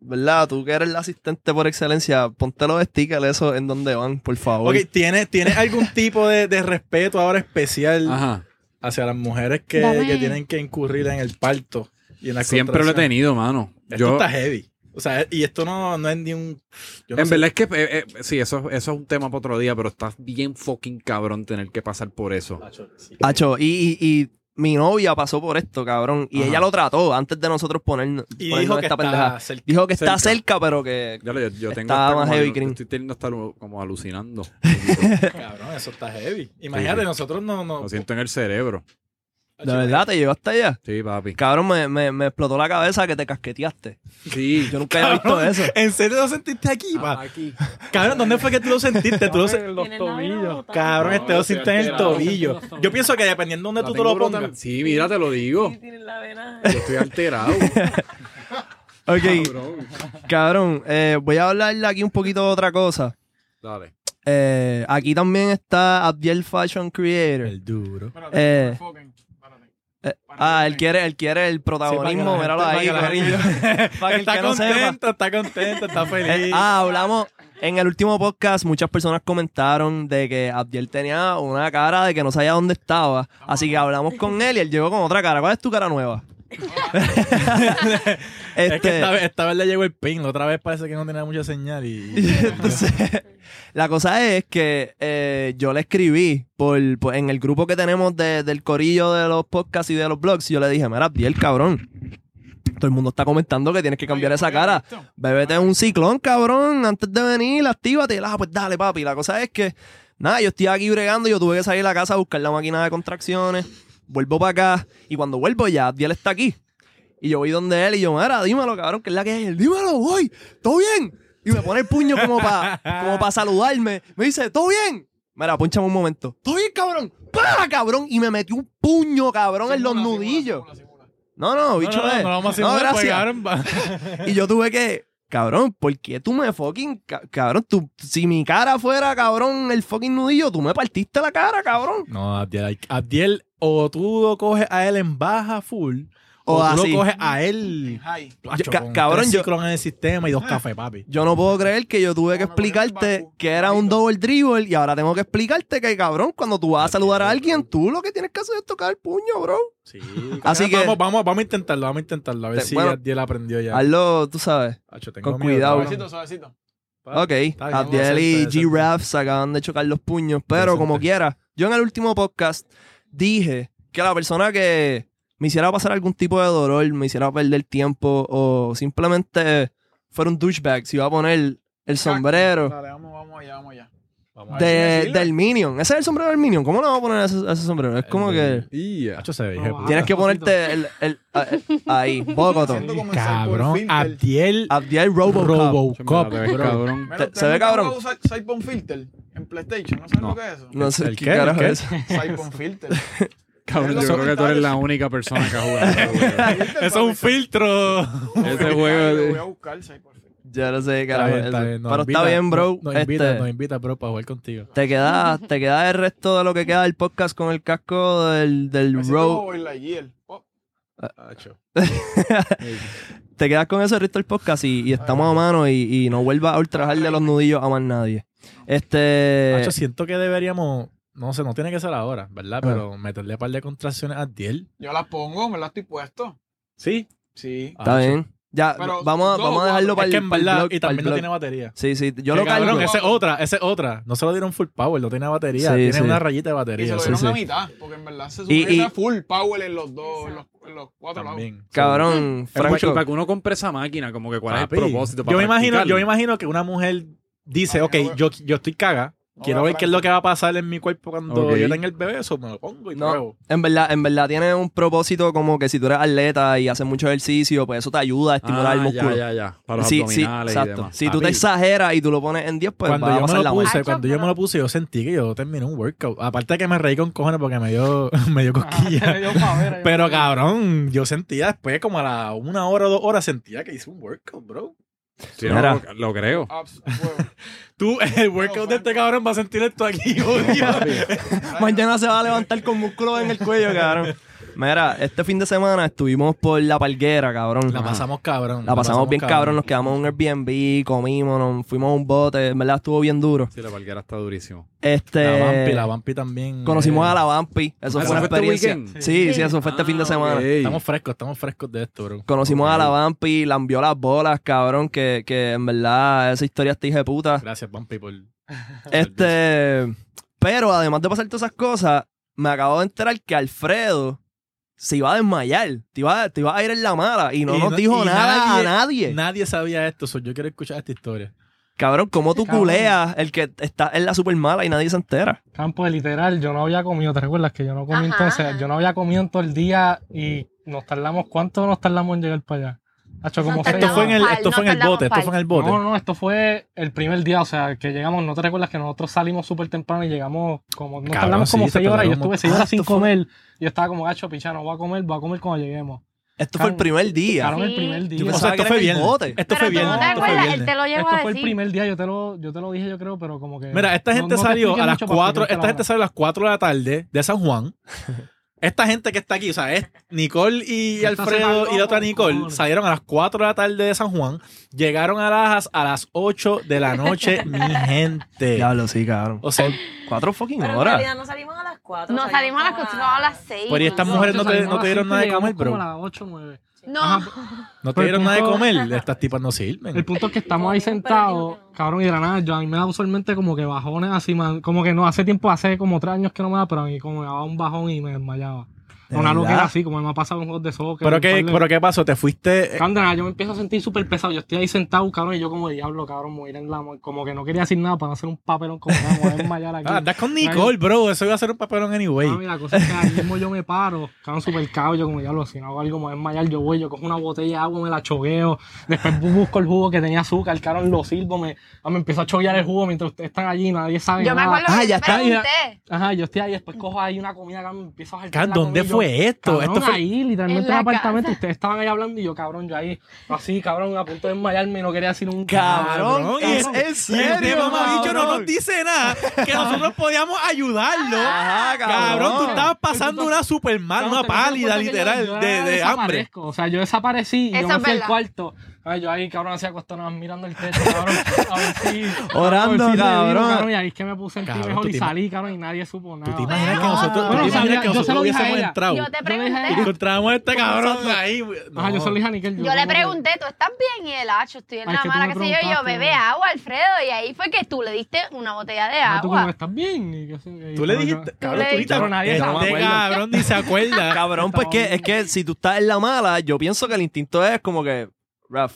A: ¿verdad? Tú que eres la asistente por excelencia, ponte los stickers esos en donde van, por favor.
B: Ok, ¿tienes, ¿tienes algún tipo de, de respeto ahora especial
C: Ajá.
B: hacia las mujeres que,
D: Dame.
B: que tienen que incurrir en el parto? Y en la
C: Siempre lo he tenido, mano.
B: Esto
C: Yo,
B: está heavy. O sea, y esto no, no es ni un... yo no
C: en
B: sé.
C: verdad es que, eh, eh, sí, eso, eso es un tema para otro día, pero estás bien fucking cabrón tener que pasar por eso.
B: Nacho, sí.
A: Hacho, y, y- y mi novia pasó por esto, cabrón. Y
C: Ajá.
A: ella lo trató antes de nosotros ponernos,
B: Y
A: ponernos
B: dijo que
A: esta
B: está
A: pendeja.
B: cerca.
A: Dijo que está
C: cerca.
A: cerca, pero que.
C: Ya lo- yo, yo tengo
A: Está
C: hasta
A: más
C: como
A: heavy,
C: alu-
A: Green.
C: Estoy teniendo hasta alu- como alucinando.
B: Cabrón, eso está heavy. Imagínate,
C: Sí, sí.
B: nosotros no... no
C: Lo siento en el cerebro.
A: De verdad, te llegó hasta allá.
C: Sí, papi.
A: Cabrón, me, me- me explotó la cabeza que te casqueteaste.
C: Sí. Ah,
A: Yo nunca había visto eso.
B: ¿En serio lo sentiste aquí, pa?
C: Aquí.
B: Cabrón, ¿dónde fue que tú lo sentiste? Tú lo sen-
F: Tiene labio botado.
B: Cabrón,
C: No,
B: este lo
C: yo
B: sentiste
C: estoy
B: en el
C: alterado.
B: tobillo. Yo pienso que dependiendo de
C: La
B: dónde tú te
C: tengo
B: lo
C: brota-
B: pongas.
C: Sí, mira, te lo digo.
F: Sí, tiene la vena.
C: Yo estoy alterado.
A: Ok,
C: cabrón.
A: cabrón, eh, voy a hablarle aquí un poquito de otra cosa.
C: Dale.
A: Eh, aquí también está Abdiel Fashion Creator.
B: El duro.
A: Eh, eh, ah, él quiere, él quiere el protagonismo, míralo ahí, corillo. Para que el
B: Está
A: que no sepa.
B: contento, está contento, está
A: Eh,
B: feliz.
A: ah, hablamos. En el último podcast, muchas personas comentaron de que Abdiel tenía una cara de que no sabía dónde estaba. Así que hablamos con él y él llegó con otra cara. ¿Cuál es tu cara nueva?
B: Es que
A: este,
B: esta vez, esta vez le llegó el ping, la otra vez parece que no tenía mucha señal y...
A: entonces, la cosa es que eh, yo le escribí por, por- en el grupo que tenemos de- del corillo de los podcasts y de los blogs. Y yo le dije, mira, Abdiel, cabrón. Todo el mundo está comentando que tienes que cambiar esa cara. Bébete un ciclón, cabrón, antes de venir, actívate. Ah, pues dale, papi. La cosa es que, nada, yo estoy aquí bregando, yo tuve que salir a la casa a buscar la máquina de contracciones, vuelvo para acá, y cuando vuelvo ya, él está aquí. Y yo voy donde él y yo, mira, dímelo, cabrón, que es la que es. Él, Dímelo, voy, ¿todo bien? Y me pone el puño como para como pa saludarme. Me dice, ¿todo bien? Mira, ponchame un momento. ¡Estoy bien, cabrón! ¡Pah, cabrón! Y me metió un puño, cabrón, en los nudillos. No, no, bicho,
B: no, no,
A: eh.
B: no, no, vamos a
A: No,
B: simular, pues,
A: gracias.
B: cabrón, va.
A: Y yo tuve que, cabrón, ¿por qué tú me fucking, ca- cabrón, tú, si mi cara fuera, cabrón, el fucking nudillo, tú me partiste la cara, cabrón.
B: No, Abdiel, hay- Abdiel, o tú lo coges a él en baja full, o,
A: O
B: tú
A: así.
B: lo coges a él. Pacho,
A: ca-
B: con
A: cabrón,
B: tres
A: yo-
B: ciclón en el sistema y dos cafés, papi.
A: Yo no puedo creer que yo tuve que
E: No, me cogieron
A: explicarte
E: Bakú,
A: que era un
E: malito.
A: double dribble y ahora tengo que explicarte que, cabrón, cuando tú vas a saludar a alguien, tú lo que tienes que hacer es tocar el puño, bro.
B: Sí.
A: Así que-
B: Vamos, vamos, vamos a intentarlo, vamos a intentarlo. A ver
A: Te-
B: si
A: bueno.
B: Abdiel aprendió ya.
A: Hazlo, tú sabes.
B: Pacho, tengo
A: con
B: miedo,
A: cuidado.
B: papi.
E: Suavecito, suavecito. Ah,
A: Ok,
B: bien, vamos a
A: Abdiel y
B: hacer esto,
A: G-Rap se acaban de chocar los puños, pero como
B: Decente.
A: quiera, yo en el último podcast dije que la persona que me hiciera pasar algún tipo de dolor, me hiciera perder tiempo o simplemente fuera un douchebag, si iba a poner el sombrero
E: Dale, vamos, vamos allá, vamos allá.
B: Vamos a ver.
A: de-
E: decirlo.
A: del Minion. Ese es el sombrero del Minion, ¿cómo le vamos a poner ese, ese sombrero? Es como que
C: Yeah.
B: Pacho, se ve, hijo de puta.
A: tienes que ponerte el, el- a- el- ahí, Bogotá.
E: Haciendo como en Cyborg
B: Cabrón,
E: Filter.
B: Abdiel
A: Abdiel Robocop.
B: Robocop,
C: Chambelán, te ves,
B: bro.
C: cabrón.
E: Mira,
A: Te-
E: ustedes
A: se ve
E: nunca
A: cabrón.
E: han usado Cy- Cyborg Filter en PlayStation, ¿no saben
C: No.
E: lo que es eso?
A: No sé
B: ¿El
A: qué
B: qué? ¿El
A: carajo
B: qué?
A: es. eso.
E: Cyborg Filter.
C: Cabrón,
E: Los
C: yo creo que tú eres
E: comentarios.
C: la única persona que ha jugado.
B: Eso es un filtro.
C: Ese
E: Lo
C: juego
E: voy a
C: de-
E: buscar, Cyborg Filter.
A: Yo no sé qué
B: Está
A: carajo
B: bien,
A: es
B: está
A: eso.
B: bien, nos
A: Pero
B: invita-
A: está bien, bro.
B: Nos invita,
A: Este-
B: nos invita, bro, para jugar contigo.
A: Te queda, te queda el resto de lo que queda del podcast con el casco del,
E: Me
A: del
E: siento
A: road.
E: como Boy Lightyear. Oh,
A: Te quedas con eso el resto del podcast y, y estamos a mano y, y no vuelvas a ultrajar de los nudillos a más nadie. Este.
B: Hacho, siento que deberíamos, no sé, no tiene que ser ahora, ¿verdad?
A: Ah.
B: Pero meterle un par de contracciones a Abdiel.
E: Yo las pongo, me las estoy puesto.
B: Ah, Sí.
E: Sí.
A: Está bien. Ya,
E: Pero
A: vamos, a-
E: dos o
A: vamos a dejarlo para
E: cuatro.
A: el.
B: Es que en
A: para el
B: verdad,
A: blog,
B: y
A: para el
B: también no
A: blog.
B: tiene batería.
A: Sí, sí. Yo
B: Que
A: lo
B: cabrón,
A: cargo.
B: esa es otra, esa es otra. No se lo dieron full power, no tiene batería,
A: Sí,
B: tiene
A: sí.
B: una rayita de
E: Y se
B: batería.
E: lo
A: sí,
E: dieron
A: sí.
E: la mitad, porque en verdad se supone
A: Y-
E: que
A: y-
E: sea full power en los dos, en los, en los cuatro lados.
B: También.
A: Cabrón,
C: Pero
A: Franco.
C: macho, para que uno compre esa máquina, como que cuál
B: Papi,
C: es el propósito. para
B: yo me imagino,
C: practicarlo?
B: yo me imagino que una mujer dice,
E: Ay,
B: ok,
E: no,
B: yo, yo estoy caga.
E: No,
B: Quiero
E: no,
B: ver qué es
E: Franco.
B: lo que va a pasar en mi cuerpo cuando
C: Ok.
B: yo tenga el bebé, eso me lo pongo y
A: No.
B: pruebo.
A: En verdad, en verdad tiene un propósito como que si tú eres atleta y haces mucho ejercicio, pues eso te ayuda a estimular el
C: Ah,
A: músculo.
C: Ya, ya, ya. Para los
A: Sí, sí,
C: abdominales y
A: exacto.
C: demás.
A: Si tú te
B: Papi.
A: exageras y tú lo pones en 10, pues
B: cuando
A: va a
B: yo
A: pasar
B: me
A: la
B: lo
A: mano.
B: puse,
D: Ay,
B: cuando yo
D: chócala.
B: me lo puse, yo sentí que yo terminé un workout. Aparte de que me reí con cojones porque me dio, me
A: Ah.
B: dio cosquilla.
E: Yo pa' ver, yo
B: Pero
E: pa' ver.
B: cabrón, yo sentía después como a la una hora o dos horas sentía que hice un workout, bro.
C: Sí, no,
A: Mira.
C: lo- lo creo.
E: Abs, huevo.
B: Tú, el workout de este cabrón va a sentir esto aquí, odio.
A: Mañana se va a levantar con músculos en el cuello, cabrón. Mira, este fin de semana estuvimos por la palguera, cabrón.
B: La pasamos cabrón.
A: La pasamos bien cabrón, nos quedamos en un Airbnb, comimos, nos fuimos a un bote, en verdad estuvo bien duro.
C: Sí, la palguera está durísimo.
A: Este,
B: La Vampi, la Vampi también.
A: Conocimos
B: eh,
A: a la Vampi, eso fue
C: Ah,
A: una
C: ¿eso fue este
A: experiencia.
C: weekend?
A: sí, sí, eso fue este
C: Ah,
A: fin de semana.
B: Estamos frescos, estamos frescos de esto, bro.
A: Conocimos a la
B: Ok.
A: Vampi, lambió las bolas, cabrón, que, que en verdad esa historia está hija de puta.
B: Gracias, Vampi, por.
A: Este. Pero además de pasar todas esas cosas, me acabo de enterar que Alfredo se iba a desmayar. Te iba, te iba a ir en la mala y no
B: Y
A: nos
B: no-
A: dijo
B: y
A: nada
B: nadie-
A: a nadie.
B: Nadie sabía esto, so yo quiero escuchar esta historia.
A: Cabrón, ¿cómo tú
G: Cabrón.
A: culeas el que está en la super mala y nadie se entera?
G: Campo de literal, yo no había comido, ¿te recuerdas que yo no
D: Ajá.
G: comí entonces? Yo no había comido en todo el día y nos tardamos, ¿cuánto nos tardamos en llegar para allá? Hacho,
D: Nos
G: como seis
B: Esto fue
D: Tardamos
B: en el,
D: pal,
B: esto
D: no
B: fue en el
D: tardamos
B: bote, esto
D: pal.
B: fue en el bote.
G: No, no, esto fue el primer día, o sea, que llegamos, ¿no te recuerdas que nosotros salimos súper temprano y llegamos como, nos
B: Cabrón,
G: tardamos
B: sí,
G: como
B: se
G: seis horas, yo
B: tardaron un
G: estuve seis
A: montón.
G: horas sin
A: Ah, esto fue-
G: comer y yo estaba como, hacho, pichano, voy a comer, voy a comer cuando lleguemos.
A: Esto fue el
G: Cabrón,
A: primer día.
G: Llegaron el
D: Sí.
G: primer
A: Yo
G: día.
B: o
A: pensaba
B: sea,
A: que
B: esto fue
A: era en el
B: bien.
A: bote.
B: Esto fue
D: pero
B: bien.
D: tú no te
B: Esto fue
D: acuerdas,
B: bien.
D: él te lo llegó
G: Esto
D: a
G: fue el
D: decir.
G: primer día, yo te lo, yo te lo dije, yo creo, pero como que...
B: Mira, esta
G: no-
B: gente
G: no te
B: salió
G: expliqué
B: a las
G: mucho para
B: 4,
G: explicarte
B: esta
G: la
B: gente
G: hora.
B: salió a las 4 de la tarde de San Juan. Esta gente que está aquí, o sea, es Nicole y
G: Esta se
B: Alfredo
G: tardó
B: y la otra
G: con
B: Nicole
G: cojones.
B: salieron a las 4 de la tarde de San Juan, llegaron a Lajas a las 8 de la noche, mi gente.
A: Diablo, sí, cabrón.
B: O sea,
A: Cuatro fucking
F: Pero en
A: horas.
F: realidad no salimos a las 4.
D: No, salimos a las cuatro, no, a las seis.
B: Por ahí estas
D: mano.
B: mujeres no
G: Hacho,
B: te-
G: salimos a
B: no te
G: las
B: dieron
G: cinco y
B: nada de
G: llegamos
B: comer, bro.
G: Como a las 8, 9.
D: No,
B: no te dieron nada de
G: punto-
B: comer, estas tipas no sirven.
G: El punto es que estamos ahí sentados, cabrón, y de la nada, yo a mí me da usualmente como que bajones así, man. Como que no, hace tiempo, hace como tres años que no me da, pero a mí como me daba un bajón y me desmayaba.
B: De
G: una
B: verdad.
G: loquera así, como me ha pasado en juegos de soccer.
B: Pero
G: un
B: qué,
G: par de-
B: pero qué pasó, te fuiste. eh,
G: Cándara, yo me empiezo a sentir súper pesado. Yo estoy ahí sentado, cabrón, y yo como diablo, cabrón, morir en la muerte. Como que no quería decir nada para no hacer un papelón como me voy a desmayar aquí.
B: Ah, andas con Nicole, bro. Eso iba a ser un papelón anyway.
G: Ah, mira, la cosa es que ahí mismo yo me paro, cabrón súper cabrón, yo como diablo, si no hago algo me voy a desmayar, yo voy, yo cojo una botella de agua, me la chogueo, después bu- busco el jugo que tenía azúcar, cabrón, lo sirvo, me, ah, me empiezo a choguear el jugo mientras ustedes están allí, nadie sabe
D: Yo me
G: nada.
D: acuerdo
A: Ah,
D: que
A: ya
D: yo
A: está,
G: ya.
D: pregunté.
G: Ajá, yo estoy ahí, después cojo ahí una comida, cabrón, me empiezo a jaltar
B: Cabrón,
G: la
B: ¿Dónde
G: comida, yo,
B: fue esto?
G: Cabrón,
B: esto fue.
G: ahí,
D: En
G: literalmente en
D: la
G: el apartamento,
D: casa.
G: ustedes estaban ahí hablando y yo, cabrón, yo ahí, así, cabrón, a punto de desmayarme, no quería decir un
A: Cabrón,
B: y este
A: es
B: cabrón.
A: en
B: Y
A: serio.
B: el tema, mamabicho, no
A: cabrón.
B: nos dice nada. Que nosotros podíamos ayudarlo.
A: Ajá,
B: Cabrón, tú estabas pasando
G: Entonces,
B: una super mal,
G: Claro,
B: una
G: te das
B: pálida,
G: cuenta que yo-
B: literal,
G: yo
B: de, de hambre.
G: desaparezco. O sea, yo desaparecí y yo
D: Eso
G: me
D: es
G: fui al
D: verdad.
G: cuarto. Ay, yo ahí, cabrón, así acostado, nada más mirando el techo, cabrón. A ver si-
A: Orando,
G: a ver si revivo,
A: cabrón.
G: Y ahí es que me puse en
B: Cabrón,
G: mejor
B: tú
G: y
B: te
G: salí, cabrón, y nadie supo nada.
B: ¿Tú te imaginas que
D: Ah.
B: nosotros, tú
G: Bueno,
B: te
G: o sea,
B: imaginas que
G: yo se
B: nosotros
G: lo dije a
B: hubiésemos
G: ella.
B: entrado?
D: Yo te
B: Y
D: pregunté.
B: encontramos a este cabrón ahí.
G: Ajá, yo se lo dije a Nickel.
D: Yo le pregunté, ¿tú estás bien? Y el hacho, estoy en
G: Ay,
D: la
G: que tú
D: mala,
G: me
D: qué sé yo. Y yo,
G: preguntaste.
D: bebé agua, Alfredo. Y ahí fue que tú le diste una botella de
G: Ah, tú como,
D: agua.
G: ¿estás bien? Y qué sé yo, y
B: Tú le
G: cabrón,
B: dijiste,
G: yo-
B: cabrón, tú
D: le-
B: dijiste,
G: Cabrón, nadie
B: este
G: se acuerda.
B: cabrón ni se acuerda.
A: Cabrón, pues que, es que si tú estás en la mala, yo pienso que el instinto es como que, Raf,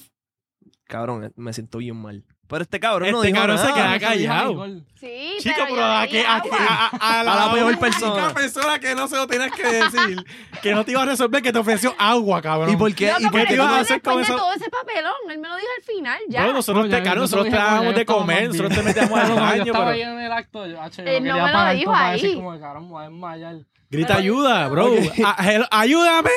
A: cabrón, eh, me siento bien mal. Pero este cabrón no
B: Este
A: dijo
B: cabrón se
A: nada.
B: queda-
G: yo se lo dije "Ah, a
B: callado.
G: Nicole.
D: Sí,
B: Chico,
D: pero
B: pero
D: yo le
B: a,
D: di
B: que, a,
D: agua.
B: a- a la,
A: A la peor
B: única
A: persona.
B: persona que no se lo tenías que decir, que no te iba a resolver, que te ofreció agua, cabrón.
A: ¿Y por qué?
D: Loco,
A: ¿Y por
D: pero
B: te
A: qué
D: eso
B: ibas a
D: fue
A: tú-
B: hacer
D: después
B: con
D: de
B: eso?
D: todo ese papelón. Él me lo dijo al final, ya.
B: Bueno, nosotros,
G: No, ya-
B: te, cabrón, nosotros te
G: nosotros dijimos, "Ah, ya
B: dábamos
G: yo
B: de
G: estaba
B: comer,
G: más
B: nosotros te
G: bien.
B: metíamos al
G: Cabrón, Yo
B: baño,
G: estaba
B: pero
G: ahí en el acto, yo, hacho, yo
D: Él no
G: quería
D: me lo
G: parar
D: dijo
G: esto para decir
D: ahí.
G: como, que, cabrón, me voy a desmayar.
B: grita
D: Pero-
B: ayuda, bro.
A: Oye.
B: A- hello, ¡Ayúdame!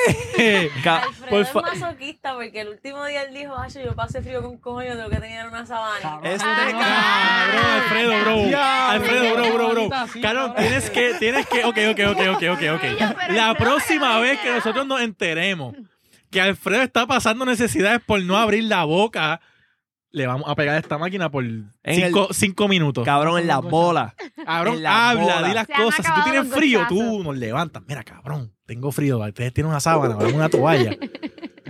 A: Ca-
F: Alfredo
B: por fa-
F: es masoquista porque el último día él dijo, ay, yo pasé frío con coño, tengo que tener una sabana.
G: Cabrón,
D: Ah,
A: Este
G: no, no,
B: Cabrón, Alfredo, bro.
A: Ya,
B: Alfredo, bro, bro, bro.
G: ahorita sí,
B: Cabrón,
G: cabrón.
B: tienes que, tienes que. Ok, ok, ok, ok, ok,
D: Pero
B: ok. La
D: Alfredo,
B: próxima
D: pero
B: vez que
D: ya.
B: nosotros nos enteremos que Alfredo está pasando necesidades por no abrir la boca, le vamos a pegar a esta máquina por cinco, cinco minutos.
A: Cabrón, en la bola.
B: Cabrón,
A: en la
B: habla,
A: bola.
B: di las
D: Se han
B: cosas. Si tú
D: acabado
B: tienes
D: los
B: frío, tú
D: gozazos.
B: nos levantas. Mira, cabrón, tengo frío. Ustedes tienen una sábana, ahora una toalla.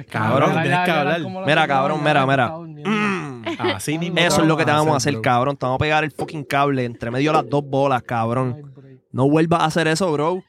B: Cabrón,
G: Hablar,
B: tienes que
G: hablar
B: hablar.
G: como la
A: Mira,
G: persona
A: cabrón,
G: que
A: mira,
G: está
A: mira.
G: durmiendo.
A: Mm.
B: Así mismo.
A: Eso es lo que te vamos a hacer,
B: bro.
A: cabrón. Te vamos a pegar el fucking cable entre medio de las dos bolas,
G: No hay
A: cabrón.
G: break.
A: No vuelvas a hacer eso, bro.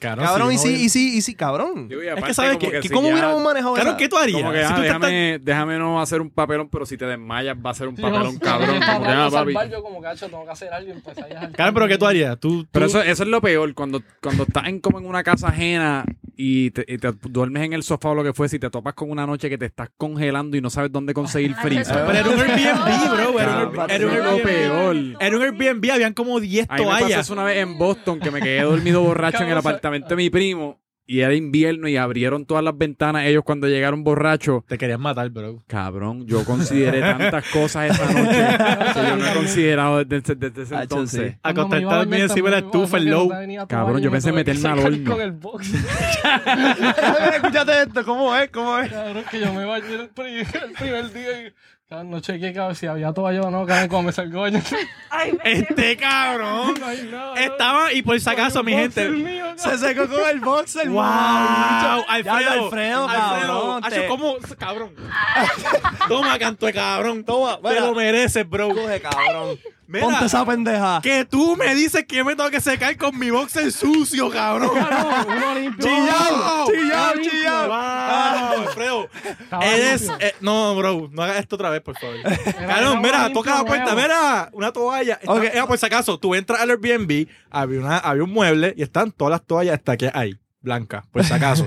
B: Cabrón,
A: Cabrón,
B: si
A: y
B: no
A: sí,
B: voy-
A: y sí, y sí, cabrón.
C: Yo, y
B: Es
C: aparte,
B: que sabes
C: como
B: que,
C: que
B: que
C: si
A: ¿Cómo
C: ya-
A: hubiéramos manejado
B: Cabrón,
A: esa?
B: ¿qué tú harías?
C: Como que,
B: Si
C: ah,
B: tú estás tan-
C: déjame, déjame no hacer un papelón, pero si te desmayas va a ser un
G: Sí,
C: papelón
G: yo- yo
C: cabrón.
G: estaba
C: Como que,
G: tratando
C: ah,
G: de
C: papi.
G: salvar, yo como cacho, tengo que hacer algo y empecé a dejar-
B: Cabrón, pero ¿qué tú harías? Tú, tú-
C: Pero eso, eso es lo peor, cuando, cuando estás en, como en una casa ajena y te, y te duermes en el sofá o lo que fuese y te topas con una noche que te estás congelando y no sabes dónde conseguir freezer.
B: Pero era un Airbnb, bro. Era
A: Cabrón,
B: un, era un
A: eso es
B: Airbnb.
C: lo peor.
B: Era un Airbnb, habían como 10
C: A mí me pasó
B: toallas.
C: eso una vez en Boston que me quedé dormido borracho en el apartamento de mi primo y era invierno y abrieron todas las ventanas ellos cuando llegaron borrachos.
B: Te querías matar, bro.
C: Cabrón, yo consideré tantas cosas esa noche que yo no he considerado desde, desde ese
A: Ah, yo sí.
C: entonces.
G: Cuando me
B: Acostarte
G: iba a
B: también
G: dormir,
B: encima de la
G: también
B: estufa,
G: me
B: el
G: iba a
B: low.
G: dormir, tenía toalla
C: Cabrón,
G: y
C: yo
G: me
C: pensé
G: tuve que
C: meterme al
G: salir
C: horno.
G: con el box.
A: Escúchate esto, ¿cómo es? ¿Cómo es?
G: Cabrón, que yo me bañé el pri- el primer día y cabrón, no chequeé cabrón, si había toalla o no, cabrón, cuando me salgo yo.
F: Ay, me-
B: Este cabrón.
G: no hay nada.
B: Estaba, y por si acaso, mi gente.
A: Se secó con el boxer.
B: ¡Wow!
A: mami. Ya,
B: Alfredo,
A: Alfredo, cabrón,
B: Hacho,
A: te-
B: ¿cómo? Cabrón. Toma, canto de cabrón.
A: Toma,
B: Te
A: mira.
B: lo mereces, bro.
A: Coge, cabrón.
B: Mira,
A: Ponte esa pendeja.
B: Que tú me dices que yo me tengo que secar con mi boxer sucio, cabrón.
G: Uno limpio.
B: ¡Chillao!
A: chillao,
B: ¡Wow!
A: chillao.
B: ¡Wow! Alfredo,
G: Cabrón,
B: eres.
G: limpio.
B: eh, no, bro, no hagas esto otra vez, por favor. Cabrón,
G: era
B: mira,
G: un
B: toca la
G: limpio
B: puerta,
G: nuevo.
B: mira, una toalla. Está-
A: Ok.
B: era por si acaso, tú entras al Airbnb, había, una, había un mueble y están todas las toallas hasta que hay, blancas, por si acaso.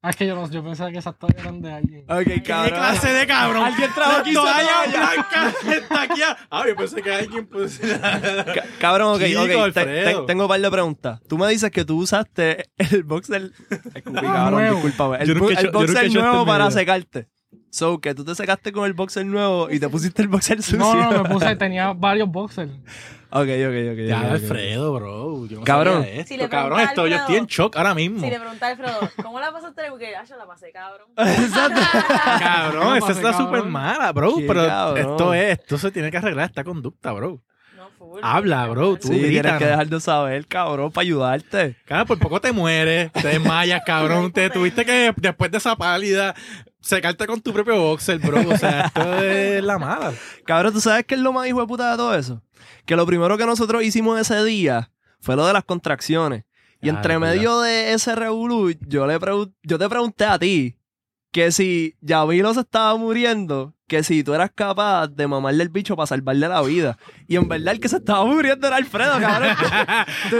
G: Ah, es que yo, no- yo pensaba que esas toallas eran de alguien.
C: Ah,
A: Ok,
B: ¿Qué clase de cabrón?
A: Alguien trajo
B: Las
A: aquí su
B: toallas
A: toalla.
B: blancas hasta aquí. Ah, yo pensé que alguien puede ser.
A: Ca- Cabrón, ok,
B: Chico,
A: ok. te-
B: Alfredo.
A: te- tengo un par de preguntas. Tú me dices que tú usaste el boxer. Escupí,
B: Ah,
A: cabrón,
G: Nuevo.
A: discúlpame. El,
B: Yo nunca
A: bo-
B: he hecho-
A: el
B: yo nunca he
A: boxer
B: hecho este
A: nuevo
B: esto en mi
A: para
B: vida.
A: secarte. So, que tú te secaste con el boxer nuevo y te pusiste el boxer sucio.
G: No, no, me puse, tenía varios boxers.
A: Ok, ok, ok.
B: Ya,
A: ok, ok.
B: Alfredo, bro. Yo no
A: Cabrón.
B: sabía esto.
F: Si le
B: cabrón,
F: preguntas
B: esto,
F: al
B: yo estoy en
F: Alfredo,
B: shock ahora mismo.
F: Si le pregunté a Alfredo, ¿cómo la pasaste? Le Porque, ay, yo la pasé, cabrón.
B: Cabrón, esa
G: pasa,
B: está
G: cabrón?
B: súper mala, bro.
A: Qué
B: Pero
A: cabrón.
B: esto es, esto se tiene que arreglar esta conducta, bro.
F: No, full.
B: Habla, bro,
A: Sí,
B: tú.
A: tienes
B: grítanos.
A: que dejarlo saber, cabrón, para ayudarte.
B: Cabrón, por poco te mueres, te desmayas, cabrón. Te tuviste que, después de esa pálida, secarte con tu propio boxer, bro. O sea, esto es la mala.
A: Cabrón, ¿tú sabes qué es lo más hijo de puta de todo eso? Que lo primero que nosotros hicimos ese día fue lo de las contracciones. Y entre
B: Claro,
A: medio de ese revolú, yo, le pregun- yo te pregunté a ti que si Yamilo se estaba muriendo, que si tú eras capaz de mamarle el bicho para salvarle la vida. Y en verdad el que se estaba muriendo era Alfredo, cabrón.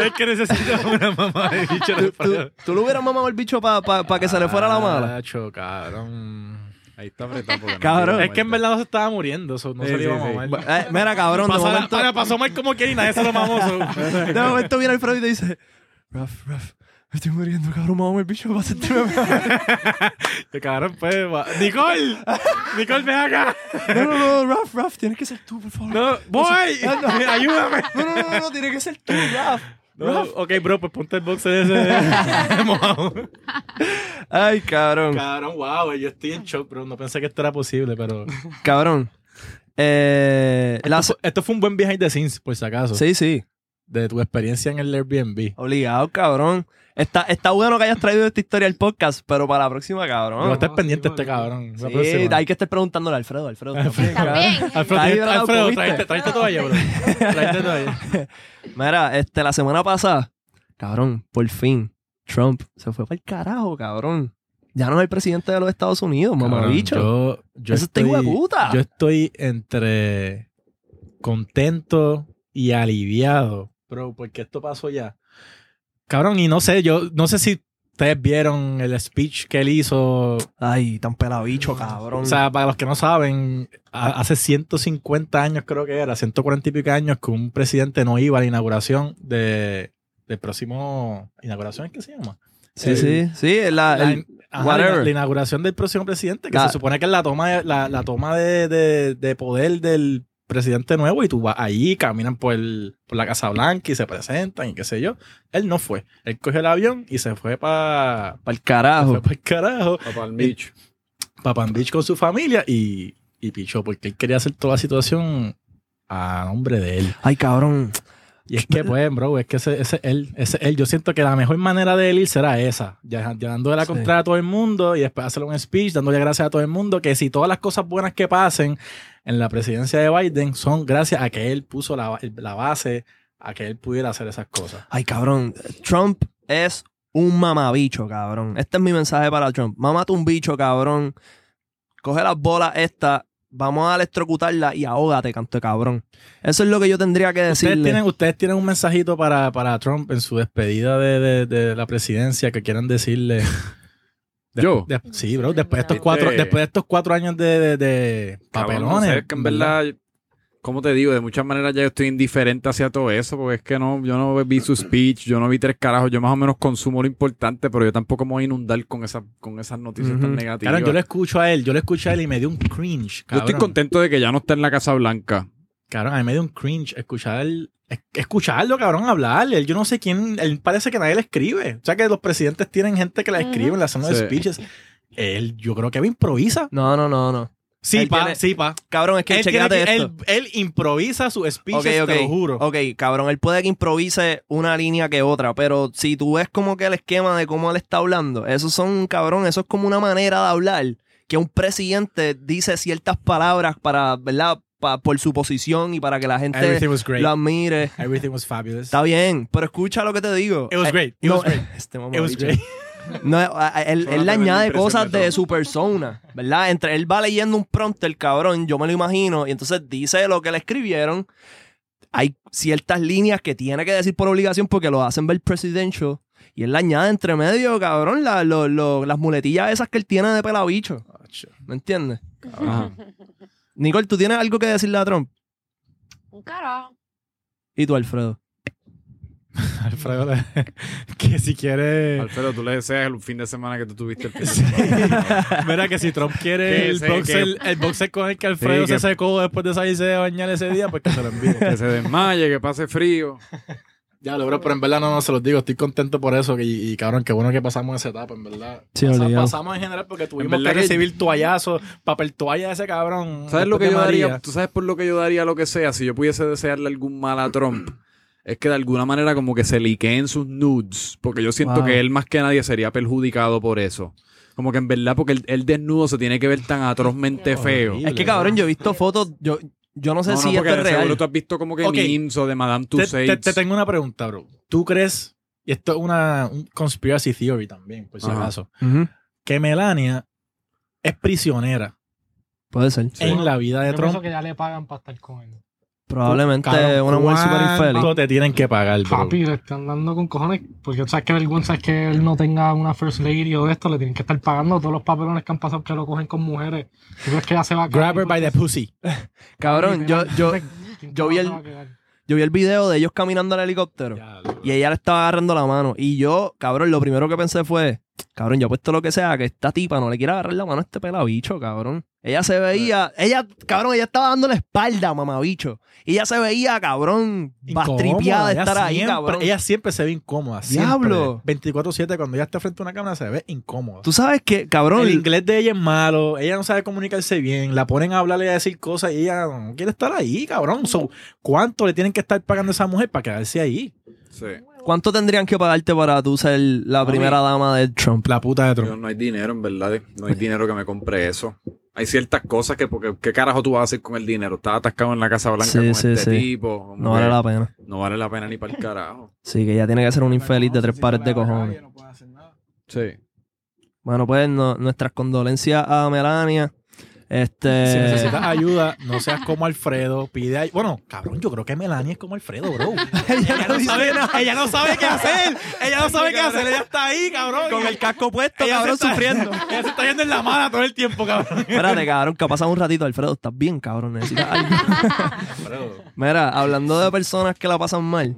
B: es que necesito una mamá de bicho.
A: ¿Tú, tú, tú le hubieras mamado el bicho para que se le fuera la mala.
B: Nacho, cabrón.
C: Ahí está apretado. porque no
A: Cabrón.
C: quiero
B: Es que en
C: muerte.
B: verdad no se estaba muriendo, eso no
C: Sí,
B: se lo iba
C: sí,
B: a
C: sí.
B: mamar.
A: Eh, mira, cabrón, de
B: Pasa la-
A: momento,
B: para, pasó mal como quiera y nadie se lo mamó. so.
A: de momento viene Alfredo y te dice, Raf, Raf, me estoy muriendo, cabrón, mamame el bicho para sentirme mejor".
B: Que cabrón, pues. va- ¡Nicole! ¡Nicole, ven acá!
A: No, no, no, Raf, Raf, tienes que ser tú, por favor.
B: ¡No! ¡Voy! ¡Ayúdame!
A: No, no, no, no, tiene que ser tú, Raf.
B: No, ok, bro, pues ponte el boxer ese. mojado.
A: Ay, cabrón.
B: cabrón, wow, yo estoy en shock, bro. No pensé que esto era posible, pero.
A: Cabrón. Eh, la-
B: Esto, esto fue un buen viaje de Sims, por si acaso.
A: sí, sí.
B: De tu experiencia en el Airbnb.
A: Obligado, cabrón. Está, está bueno que hayas traído esta historia al podcast, pero para la próxima,
B: Yo voy a
A: cabrón.
B: estar
G: no,
B: pendiente
G: sí,
B: este
G: bueno.
B: cabrón. la
A: Sí,
B: próxima.
A: hay que estar preguntándole a Alfredo, Alfredo. también, cabrón.
D: También.
B: Alfredo,
A: Ahí
B: traíste-
A: era la
B: Alfredo,
A: comiste.
B: traíste, traíste este toalla, bro. Traíste toalla.
A: Mira, este, la semana pasada, cabrón, por fin, Trump se fue para el carajo, cabrón. Ya no es el presidente de los Estados Unidos, mamabicho.
B: Yo, yo
A: Eso está hijueputa.
B: Yo estoy entre contento y aliviado, bro, porque esto pasó ya. Cabrón, y no sé, yo no sé si ustedes vieron el speech que él hizo.
A: Ay, tan pelabicho, cabrón.
B: O sea, para los que no saben, a- hace 150 años creo que era, 140 y pico años que un presidente no iba a la inauguración de, del próximo... ¿Inauguración es que se llama?
A: sí, sí, sí. la-
B: la,
A: Ah, el-
B: ajá,
A: whatever. Ah.
B: la- la inauguración del próximo presidente, que
A: La-
B: se supone que es la toma, de- la, la toma de, de- de poder del presidente nuevo, y tú vas allí, caminan por, el- por la Casa Blanca y se presentan y qué sé yo. Él no fue. Él cogió el avión y se fue para
A: para el carajo.
B: el carajo,
C: Papá el
B: bicho. para Palm Beach con su familia y, y pichó, porque él quería hacer toda la situación a nombre de él.
A: Ay, cabrón.
B: Y es que, pues, bro, es que ese ese es él, ese es él. Yo siento que la mejor manera de él ir será esa. Ya, ya dándole la
A: Sí.
B: contra a todo el mundo y después hacerle un speech, dándole gracias a todo el mundo. Que si todas las cosas buenas que pasen en la presidencia de Biden son gracias a que él puso la, ba- la base a que él pudiera hacer esas cosas.
A: Ay, cabrón. Trump es un mamabicho, cabrón. Este es mi mensaje para Trump. Mamate un bicho, cabrón. Coge las bolas estas. Vamos a electrocutarla y ahógate, canto de cabrón. Eso es lo que yo tendría que
B: Ustedes
A: decirle.
B: tienen, ustedes tienen un mensajito para, para Trump en su despedida de, de- de la presidencia que quieran decirle. De-
C: ¿Yo?
B: de- sí, bro, después de estos
F: Este-
B: cuatro, después de estos cuatro años de, de- de
C: Cabrón,
B: papelones.
C: o sea, es que en verdad, como te digo, de muchas maneras ya yo estoy indiferente hacia todo eso, porque es que no, yo no vi su speech, yo no vi tres carajos, yo más o menos consumo lo importante, pero yo tampoco me voy a inundar con esas, con esas noticias tan
A: Ujú.
C: negativas.
B: Cabrón, yo lo escucho a él, yo lo escucho a él y me dio un cringe.
C: Yo
B: Cabrón.
C: estoy contento de que ya no está en la Casa Blanca.
B: Cabrón, a mí me dio un cringe escuchar, es- escucharlo, cabrón, hablarle. Él, Yo no sé quién, él parece que nadie le escribe. O sea que los presidentes tienen gente que le
D: Ujú.
B: escribe, le hacen los
C: Sí.
B: speeches. Él, yo creo que él improvisa.
A: No, no, no, no.
B: Sí,
A: Él
B: pa,
A: tiene-
B: sí, pa.
A: Cabrón, es que
B: Él, tiene
A: chequéate
B: que-
A: esto.
B: él- él improvisa sus speeches,
A: Ok,
B: te
A: ok.
B: lo juro.
A: Ok, cabrón, él puede que improvise una línea que otra, pero si tú ves como que el esquema de cómo él está hablando, eso son, cabrón, eso es como una manera de hablar que un presidente dice ciertas palabras para, ¿verdad? Pa- por su posición y para que la gente
B: Everything was great.
A: lo admire.
B: Everything was fabulous.
A: Está bien, pero escucha lo que te digo.
B: It was
A: Eh,
B: great. It
A: no,
B: was great.
A: este
B: It was
A: mamabicho.
B: great.
A: No, a- a- él,
C: Fue
A: él le
C: una tremenda
A: añade
C: impresión
A: cosas
C: de
A: de
C: todo.
A: su persona, ¿verdad? Entre él va leyendo un prompt, el cabrón, yo me lo imagino, y entonces dice lo que le escribieron. Hay ciertas líneas que tiene que decir por obligación porque lo hacen ver presidential. Y él le añade entre medio, cabrón, la- lo- lo- las muletillas esas que él tiene de pelabicho. ¿Me entiendes?
C: Ajá.
A: Nicole, ¿tú tienes algo que decirle a Trump?
D: Un carajo.
A: Y tú, Alfredo.
B: Alfredo, le- que si quiere.
C: Alfredo, tú le deseas el fin de semana que tú tuviste el
B: Mira que si Trump quiere
C: Que
B: el
C: se-
B: boxer, el boxer con el que Alfredo
C: Sí, que-
B: se secó después de salirse de bañar ese día, pues que se lo envíe.
C: Que se desmaye, que pase frío.
B: ya, lo bro, pero en verdad no, no se los digo. Estoy contento por eso. que- y, y, cabrón, qué bueno que pasamos esa etapa, en verdad.
A: Sí,
B: Pasa-
A: obligado.
B: pasamos en general porque tuvimos
C: verdad
B: que
C: que-
B: recibir toallazos, papel toalla de ese cabrón.
A: Mm,
C: ¿Sabes lo que
B: después
C: yo
B: de María.
C: daría? ¿Tú sabes por lo que yo daría lo que sea? Si yo pudiese desearle algún mal a Trump,
A: Mm.
C: es que de alguna manera como que se liqueen sus nudes, porque yo siento
A: Wow.
C: que él más que nadie sería perjudicado por eso. Como que en verdad, porque el, el desnudo se tiene que ver tan atrozmente feo.
B: Horrible.
A: Es que, cabrón, yo he visto fotos, yo, yo no sé
C: No, no,
A: si esto
C: porque
A: es
C: de seguro
A: real.
C: tú has visto como que
B: Ok.
C: memes o de Madame
B: Te,
C: Tussauds.
B: te- te tengo una pregunta, bro. ¿Tú crees Y esto es una un conspiracy theory también, por si
C: Ajá.
B: acaso. Que Melania es prisionera
A: Puede ser.
B: en la vida de
G: Yo pienso
B: Trump.
G: que ya le pagan para estar con él.
A: Probablemente
B: Cabrón,
A: una mujer súper infeliz.
B: ¿Cuánto te tienen que pagar, bro?
G: Papi, le están dando con cojones. Porque sabes que vergüenza es que él no tenga una first lady o de esto. Le tienen que estar pagando todos los papelones que han pasado que lo cogen con mujeres. ¿Tú crees que ya se va a
B: Grab her by the pussy.
A: Cabrón, yo, yo, yo vi el- yo vi el video de ellos caminando al helicóptero. Y ella le estaba agarrando la mano. Y yo, cabrón, lo primero que pensé fue, cabrón, yo apuesto lo que sea, que esta tipa no le quiera agarrar la mano a este pelabicho, cabrón. Ella se veía, ella, cabrón, ella estaba dando la espalda, mamabicho. Y ella se veía, cabrón, bastripeada de
B: Incómoda,
A: estar
B: ella
A: ahí,
B: siempre-
A: cabrón.
B: Ella siempre se ve incómoda.
A: Diablo.
B: Diablo. 24-7, cuando ella está frente a una cámara, se ve incómoda.
A: Tú sabes que, cabrón,
B: El inglés de ella es malo, ella no sabe comunicarse bien, la ponen a hablarle y a decir cosas y ella no quiere estar ahí, cabrón. So, ¿Cuánto le tienen que estar pagando a esa mujer para quedarse ahí?
C: Sí.
A: ¿cuánto tendrían que pagarte para tú ser la
B: Mami.
A: primera dama de Trump?
B: La puta de
C: Yo,
B: Trump.
C: no hay dinero, en verdad. No hay dinero que me compre eso. Hay ciertas cosas que, porque, ¿qué carajo tú vas a hacer con el dinero? Estás atascado en la Casa Blanca
A: Sí,
C: con
A: sí,
C: este
A: sí.
C: tipo. como
A: No
C: que
A: vale la pena.
C: no vale la pena ni para el carajo.
A: Sí, que ella tiene que ser un
E: La
A: infeliz de
E: conoce,
A: tres
E: si
A: pares
E: sale
A: de
E: a la calle,
A: cojones.
E: no puede hacer nada.
C: Sí.
A: Bueno, pues no- nuestras condolencias a Melania. Este.
B: Si necesitas ayuda, no seas como Alfredo. Pide ay- Bueno, cabrón, yo creo que Melania es como Alfredo, bro.
A: ella no sabe nada.
B: ella no sabe qué hacer. Ella no sabe qué hacer. Ella está ahí, cabrón.
A: Con el casco puesto,
B: Ella
A: cabrón,
B: se está-
A: sufriendo.
B: Ella se está yendo en la mala todo el tiempo, cabrón.
A: Espérate, cabrón, que ha pasado un ratito, Alfredo. Estás bien, cabrón. Necesitas algo. Mira, hablando de personas que la pasan mal.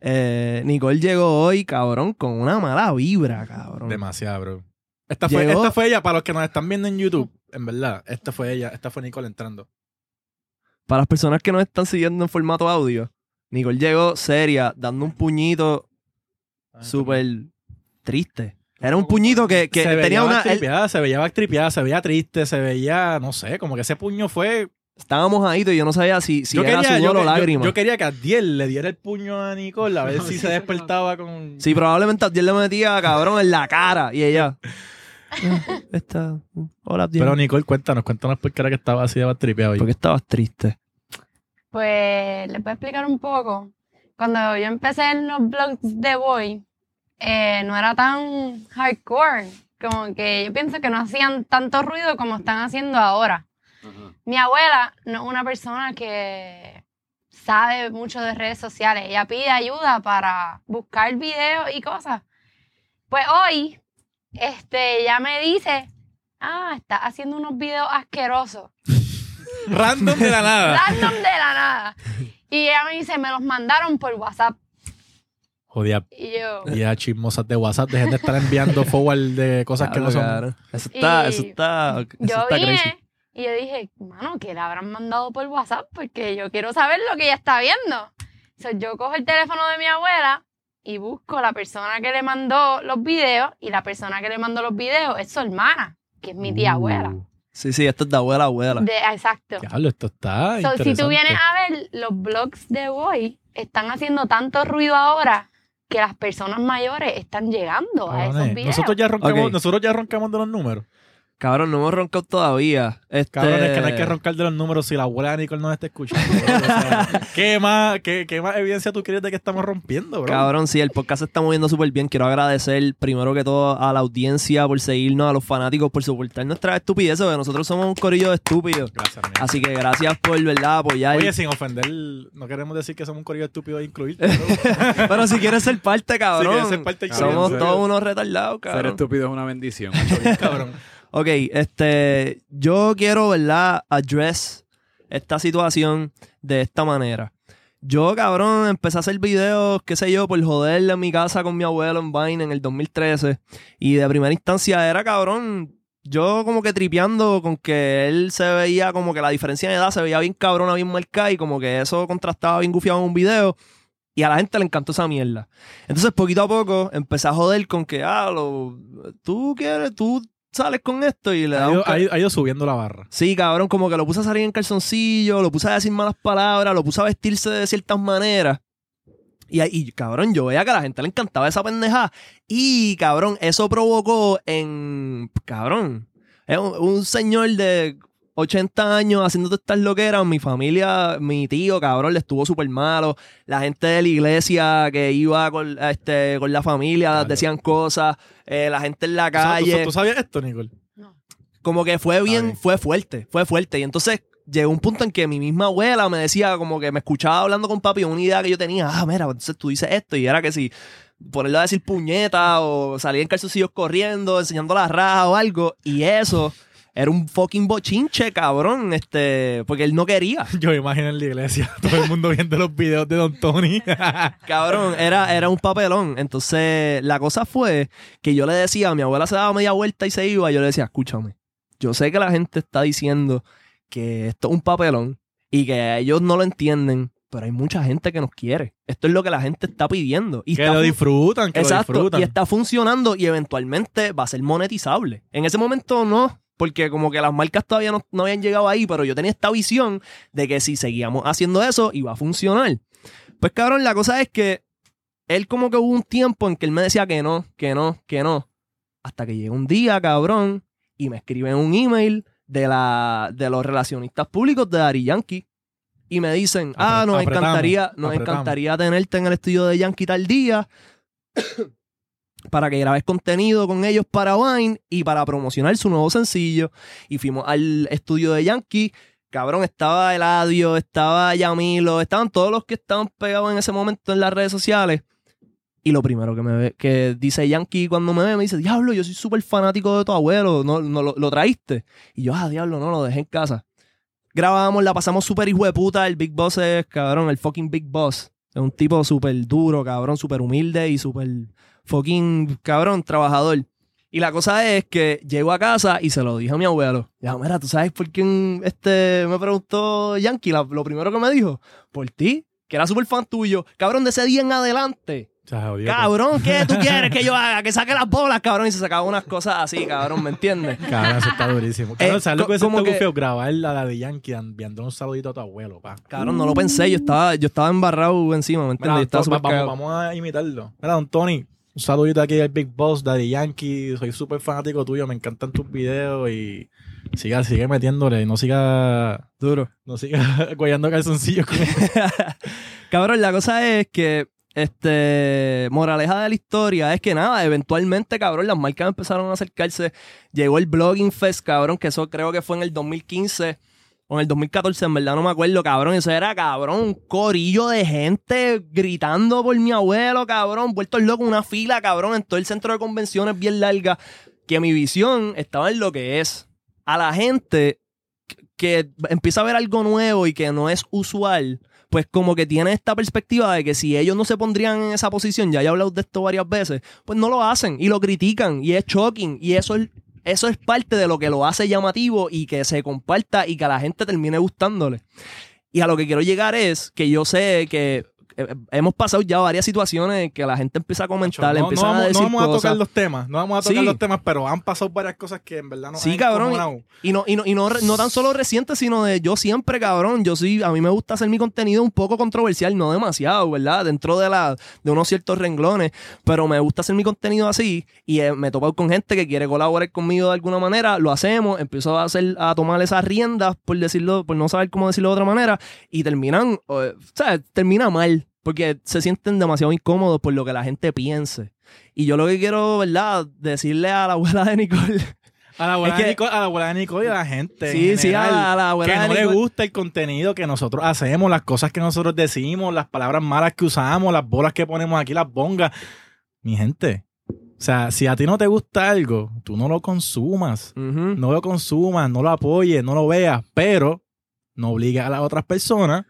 A: eh, Nicole llegó hoy, cabrón, con una mala vibra, cabrón.
B: Demasiado, bro. Esta fue,
A: Llegó-
B: esta fue ella, para los que nos están viendo en YouTube, en verdad, esta fue ella, esta fue Nicole entrando.
A: Para las personas que nos están siguiendo en formato audio, Nicole llegó seria, dando un puñito
B: Ah,
A: súper triste. Era un puñito que, que
B: Se veía
A: tenía una. él-
B: backtripeada, se veía backtripeada, se veía triste, se veía, no sé, como que ese puño fue...
A: estábamos ahí y yo no sabía si, si
B: yo,
A: era
B: quería,
A: sudor
B: yo,
A: o
B: yo-
A: lágrima.
B: yo quería que Adiel le diera el puño a Nicole a ver si se despertaba con...
A: Sí, probablemente Abdiel le metía cabrón en la cara y ella. "Ah, Esta. Hola, Abdiel.
B: Pero Nicole, cuéntanos, cuéntanos por qué era que estaba así de backtripeada.
A: ¿Por qué estabas triste?
D: Pues les voy a explicar un poco. Cuando yo empecé en los blogs de Boy, eh, no era tan hardcore. Como que yo pienso que no hacían tanto ruido como están haciendo ahora. Mi abuela no es una persona que sabe mucho de redes sociales. Ella pide ayuda para buscar videos y cosas. Pues hoy, este, ella me dice, ah, está haciendo unos videos asquerosos
B: Random de la nada.
D: random de la nada. Y ella me dice, me los mandaron por WhatsApp.
B: Jodía,
D: Y yo,
B: jodía chismosas de WhatsApp, dejen de estar enviando forward de cosas que no
A: Claro,
B: son...
A: cabrón. Eso está,
D: Y
A: eso está, eso
D: yo
A: está
D: vine
A: crazy.
D: y yo dije, mano, que la habrán mandado por WhatsApp porque yo quiero saber lo que ella está viendo. So, yo cojo el teléfono de mi abuela y busco la persona que le mandó los videos y la persona que le mandó los videos es su hermana, que es mi tía abuela.
A: Sí, sí, esto es de abuela, abuela.
D: De, exacto.
B: Diablo, esto está
D: So, si tú
B: Ah, interesante.
D: vienes a ver, los blogs de hoy están haciendo tanto ruido ahora que las personas mayores están llegando a esos
B: Cabrones,
D: videos.
B: nosotros ya roncamos,
A: Ok.
B: nosotros ya roncamos de los números.
A: Cabrón, no hemos roncado todavía. Este...
B: Cabrones, que no hay que roncar de los números si la abuela de Nicole nos está escuchando. bro. O sea, ¿qué, más, qué, qué más evidencia tú quieres de que estamos rompiendo, bro?
A: Cabrón, sí, el podcast se está moviendo súper bien. Quiero agradecer primero que todo a la audiencia por seguirnos, a los fanáticos por soportar nuestras estupideces, porque nosotros somos un corillo de estúpidos.
B: Gracias, amigo.
A: Así que gracias por, ¿verdad?, apoyar.
B: Oye, sin ofender, no queremos decir que somos un corillo estúpido e de incluirte. bro.
A: Pero si quieres ser parte, cabrón.
B: quieres ser parte, cabrón,
A: Somos
C: en serio.
A: todos unos retardados,
C: Ser
A: cabrón.
C: estúpido es una bendición.
B: cabrón.
A: Ok, este, yo quiero, ¿verdad?, address esta situación de esta manera. Yo, cabrón, empecé a hacer videos, qué sé yo, por joderle en mi casa con mi abuelo en Vine en el 2013. Y de primera instancia era, cabrón, yo como que tripeando con que él se veía como que la diferencia de edad se veía bien cabrona, bien marcada y como que eso contrastaba bien gufiado en un video. Y a la gente le encantó esa mierda. Entonces, poquito a poco, empecé a joder con que, ah, lo, tú quieres, tú sales con esto y le das
B: Ha
A: un
B: ido,
A: ca-
B: ha ido- ha ido subiendo la barra.
A: Sí, cabrón, como que lo puse a salir en calzoncillo, lo puse a decir malas palabras, lo puse a vestirse de ciertas maneras. Y, ahí- y, cabrón, yo veía que a la gente le encantaba esa pendejada. Y, cabrón, eso provocó en. Cabrón. es Un, un señor de 80 años haciéndote estas loqueras. Mi familia, mi tío, cabrón, le estuvo súper malo. La gente de la iglesia que iba con, este, con la familia
B: Claro.
A: decían cosas. eh, la gente en la
B: O sea, ¿tú-
A: calle.
B: ¿tú, sabías esto, Nicole?
A: como que fue bien,
B: bien.
A: fue fuerte, fue fuerte. Y entonces llegó un punto en que mi misma abuela me decía, como que me escuchaba hablando con papi, una idea que yo tenía, ah, mira, pues entonces tú dices esto, y era que si ponerlo a decir puñeta, o salir en calzoncillos corriendo, enseñando la raja o algo, y eso era un fucking bochinche, cabrón, este, porque él no quería.
B: Yo me imagino en la iglesia, todo el mundo viendo los videos de Don Tony.
A: Cabrón, era, era un papelón. Entonces, la cosa fue que yo le decía, mi abuela se daba media vuelta y se iba, y yo le decía, escúchame, yo sé que la gente está diciendo que esto es un papelón y que ellos no lo entienden, pero hay mucha gente que nos quiere. Esto es lo que la gente está pidiendo. Y
B: que
A: está
B: lo
A: fun-
B: disfrutan, que
A: Exacto,
B: lo disfrutan.
A: y está funcionando y eventualmente va a ser monetizable. En ese momento no, porque como que las marcas todavía no, no habían llegado ahí, pero yo tenía esta visión de que si seguíamos haciendo eso iba a funcionar. Pues cabrón, la cosa es que él como que hubo un tiempo en que él me decía que no, que no, que no. Hasta que llega un día, cabrón, y me escriben un email de, la, de los relacionistas públicos de Dari Yankee. Y me dicen, ah,
B: Apre-
A: nos
B: apretamos,
A: encantaría, nos
B: apretamos.
A: encantaría tenerte en el estudio de Yankee tal día para que grabes contenido con ellos para Vine y para promocionar su nuevo sencillo. Y fuimos al estudio de Yankee. Cabrón, estaba Eladio, estaba Yamilo, estaban todos los que estaban pegados en ese momento en las redes sociales. Y lo primero que me ve- que dice Yankee cuando me ve, me dice, diablo, yo soy súper fanático de tu abuelo, no, no lo, lo traíste. Y yo, ah, diablo, no, lo dejé en casa. Grabamos, la pasamos súper hijo de puta, el Big Boss es, cabrón, el fucking Big Boss. Es un tipo súper duro, cabrón, súper humilde y súper fucking, cabrón, trabajador. Y la cosa es que llego a casa y se lo dije a mi abuelo. Ya, mira, ¿tú sabes por quién este, me preguntó Yankee? La- lo primero que me dijo, por ti, que era súper fan tuyo. Cabrón, de ese día en adelante.
B: Ya, jodido,
A: Cabrón, ¿qué tú quieres que yo haga? Que saque las bolas, cabrón. Y se sacaba unas cosas así, cabrón, ¿me entiendes?
B: pero- Cabrón, eso está durísimo. Cabrón,
A: Eh,
B: ¿sabes lo
A: co-
B: que es esto
A: como que-
B: que... Grabar a la de Yankee enviando un saludito a tu abuelo, pa.
A: Cabrón, no lo pensé. Yo estaba, yo estaba embarrado encima, ¿me
B: Mira,
A: entiendes? Yo estaba
B: Anto- va-
A: súper
B: vamos,
A: cagado.
B: vamos a imitarlo. Mira, Don Tony, un saludito aquí al Big Boss, Daddy Yankee. Soy súper fanático tuyo, me encantan tus videos y siga, sigue metiéndole. No siga,
A: Duro.
B: no siga guayando calzoncillos con él.
A: Cabrón, la cosa es que, este, moraleja de la historia es que nada, eventualmente, cabrón, las marcas empezaron a acercarse. Llegó el Blogging Fest, cabrón, que eso creo que fue en el 2015 o en el 2014, en verdad no me acuerdo, cabrón. Eso era, cabrón, un corillo de gente gritando por mi abuelo, cabrón, vueltos locos, una fila, cabrón, en todo el centro de convenciones bien larga. Que mi visión estaba en lo que es. A la gente que empieza a ver algo nuevo y que no es usual, pues como que tiene esta perspectiva de que si ellos no se pondrían en esa posición, ya he hablado de esto varias veces, pues no lo hacen y lo critican y es shocking y eso es, eso es parte de lo que lo hace llamativo y que se comparta y que a la gente termine gustándole. Y a lo que quiero llegar es que yo sé que eh, hemos pasado ya varias situaciones en que la gente empieza a comentar,
B: no,
A: empieza
B: no vamos,
A: a
B: no
A: decir
B: vamos a
A: cosas.
B: tocar los temas, no vamos a tocar
A: Sí.
B: los temas, pero han pasado varias cosas que en verdad no
A: Sí, cabrón, Y no, y no, y no, re- no tan solo reciente, sino de yo siempre, cabrón. Yo sí, a mí me gusta hacer mi contenido un poco controversial, no demasiado, ¿verdad? Dentro de la, de unos ciertos renglones. Pero me gusta hacer mi contenido así. Y eh, me he topado con gente que quiere colaborar conmigo de alguna manera. Lo hacemos, empiezo a hacer, a tomar esas riendas, por decirlo, por no saber cómo decirlo de otra manera. Y terminan, eh, o sea, termina mal. Porque se sienten demasiado incómodos por lo que la gente piense. Y yo lo que quiero, ¿verdad? Decirle a la abuela de Nicole.
B: A la abuela,
A: Es que-
B: de, Nicole, a la abuela de Nicole y a la gente.
A: Sí,
B: Este, en
A: sí, a
B: general,
A: la- a la abuela
B: Que
A: de
B: no le
A: Nicole.
B: gusta el contenido que nosotros hacemos, las cosas que nosotros decimos, las palabras malas que usamos, las bolas que ponemos aquí, las bongas. Mi gente, o sea, si a ti no te gusta algo, tú no lo consumas.
A: Ujú.
B: No lo consumas, no lo apoyes, no lo veas, pero no obligues a las otras personas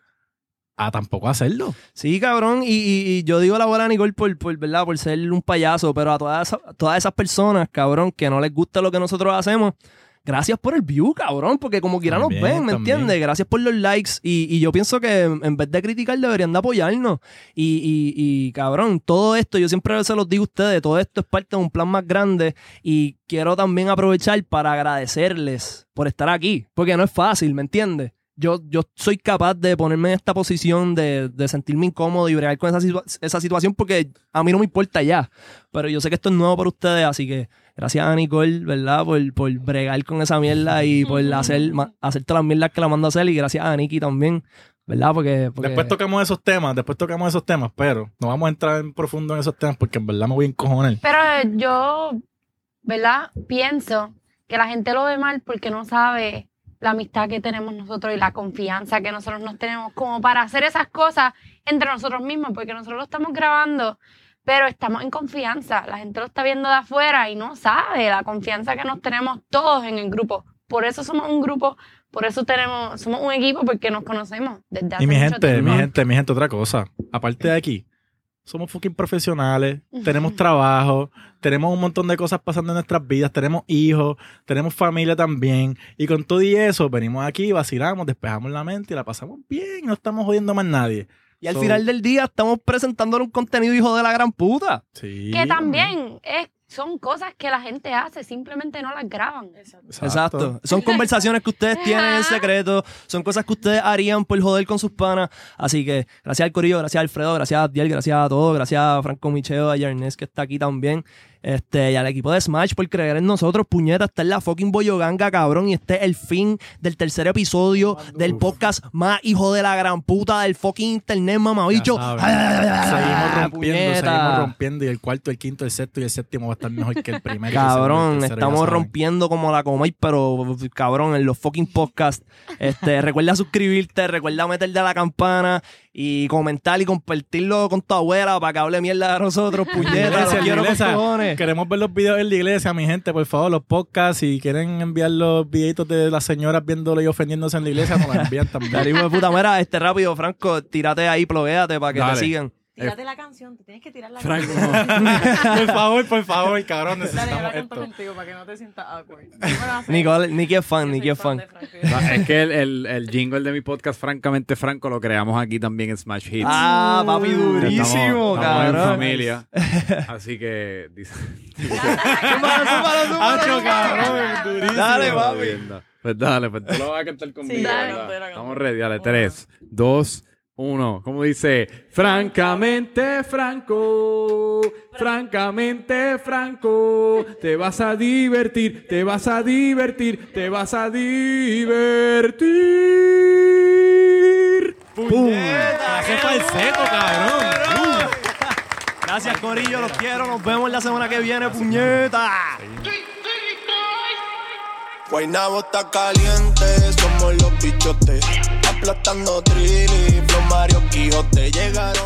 B: a tampoco hacerlo.
A: Sí, cabrón, y, y- y yo digo a la abuela Nicole por, por, ¿verdad? por ser un payaso, pero a todas, esas- a todas esas personas, cabrón, que no les gusta lo que nosotros hacemos, gracias por el view, cabrón, porque como quiera nos
B: También,
A: ven, ¿me
B: también.
A: entiendes? Gracias por los likes, y, y yo pienso que en vez de criticar deberían de apoyarnos, y, y- y, cabrón, todo esto, yo siempre se los digo a ustedes, todo esto es parte de un plan más grande, y quiero también aprovechar para agradecerles por estar aquí, porque no es fácil, ¿me entiendes? yo, yo soy capaz de ponerme en esta posición de, de sentirme incómodo y bregar con esa, situa- esa situación porque a mí no me importa ya. Pero yo sé que esto es nuevo para ustedes, así que Gracias a Nicole, ¿verdad? Por, por bregar con esa mierda y por hacer, ma- hacer todas las mierdas que la mando a hacer. Y gracias a Nicky también, ¿verdad? Porque. porque-
B: Después tocamos esos temas, después tocamos esos temas, pero no vamos a entrar en profundo en esos temas porque en verdad me voy a encojonar.
D: Pero yo, ¿verdad? Pienso que la gente lo ve mal porque no sabe la amistad que tenemos nosotros y la confianza que nosotros nos tenemos como para hacer esas cosas entre nosotros mismos, porque nosotros lo estamos grabando, pero estamos en confianza. La gente lo está viendo de afuera y no sabe la confianza que nos tenemos todos en el grupo. Por eso somos un grupo, por eso tenemos, somos un equipo, porque nos conocemos desde hace
B: Y mi
D: mucho
B: gente, mi
D: tiempo.
B: gente, mi gente, otra cosa. Aparte de aquí, somos fucking profesionales,
D: Ujú.
B: tenemos trabajo, tenemos un montón de cosas pasando en nuestras vidas, tenemos hijos, tenemos familia también. Y con todo y eso, venimos aquí, vacilamos, despejamos la mente y la pasamos bien, no estamos jodiendo más nadie.
A: y al
B: So-
A: final del día estamos presentándole un contenido hijo de la gran puta.
B: Sí,
D: Que también es, son cosas que la gente hace, simplemente no las graban.
F: Exacto.
A: Exacto. Son conversaciones que ustedes tienen en secreto. Son cosas que ustedes harían por joder con sus panas. Así que gracias al Corillo, gracias a Alfredo, gracias a Diel, gracias a todos, gracias a Franco Micheo, a Yarnes que está aquí también. Este, y al equipo de Smash por creer en nosotros, puñeta, está en la fucking boyoganga, cabrón. Y este es el fin del tercer episodio del podcast más hijo de la gran puta del fucking internet, mamabicho.
B: Ya saben. Seguimos rompiendo,
A: Ah, puñeta.
B: seguimos rompiendo. Y el cuarto, el quinto, el sexto y el séptimo va a estar mejor que el primero.
A: Cabrón,
B: el segundo, el tercero, ya
A: estamos
B: saben.
A: rompiendo como la comáis, pero cabrón, en los fucking podcasts. Este, recuerda suscribirte, recuerda meterle a la campana y comentar y compartirlo con tu abuela para que hable mierda de nosotros, puñeta, los
B: Iglesia,
A: quiero con
B: iglesia.
A: cojones.
B: Queremos ver los videos en la iglesia, mi gente, por favor, los podcasts. Si quieren enviar los videitos de las señoras viéndolo y ofendiéndose en la iglesia, nos los envían
A: Dale,
B: también.
A: hijo de puta, mira, este rápido, Franco, tírate ahí, ploguéate para que
C: Dale.
A: te sigan.
F: Tírate la canción, te tienes que tirar la
C: Franco,
B: por
F: canción.
B: favor, por favor, cabrón,
F: Dale, yo
B: necesitamos
F: la canto
B: esto.
F: contigo para que no te sientas awkward. Bueno, sí,
A: Nicole, Nicky es fan,
F: yo
A: Nicky
F: soy
A: es fan.
F: de Franco, yo-
C: Va, es que el, el, el jingle de mi podcast, francamente Franco, lo creamos aquí también en Smash Hits.
A: Ah, papi, durísimo,
C: Estamos- estamos en
A: cabrón.
C: familia. Así que dice.
A: Súmalo, súmalo, súmalo.
B: Hacho, cabrón, durísimo.
A: Dale, papi.
C: Pues dale, pues tú lo vas a cantar conmigo.
F: Sí, dale,
C: ¿verdad?
F: dale,
C: Estamos ready, dale. Tres, dos, uno. ¿Cómo dice? Francamente, Franco. Francamente, Franco. Te vas a divertir, te vas a divertir, te vas a divertir.
B: Hace falseto, cabrón.
A: Gracias, Corillo, los quiero. Nos vemos la semana que viene, puñeta.
H: Guaynabo está caliente, somos los bichotes. Aplastando Trini, Flomario Mario Quijote. Llegaré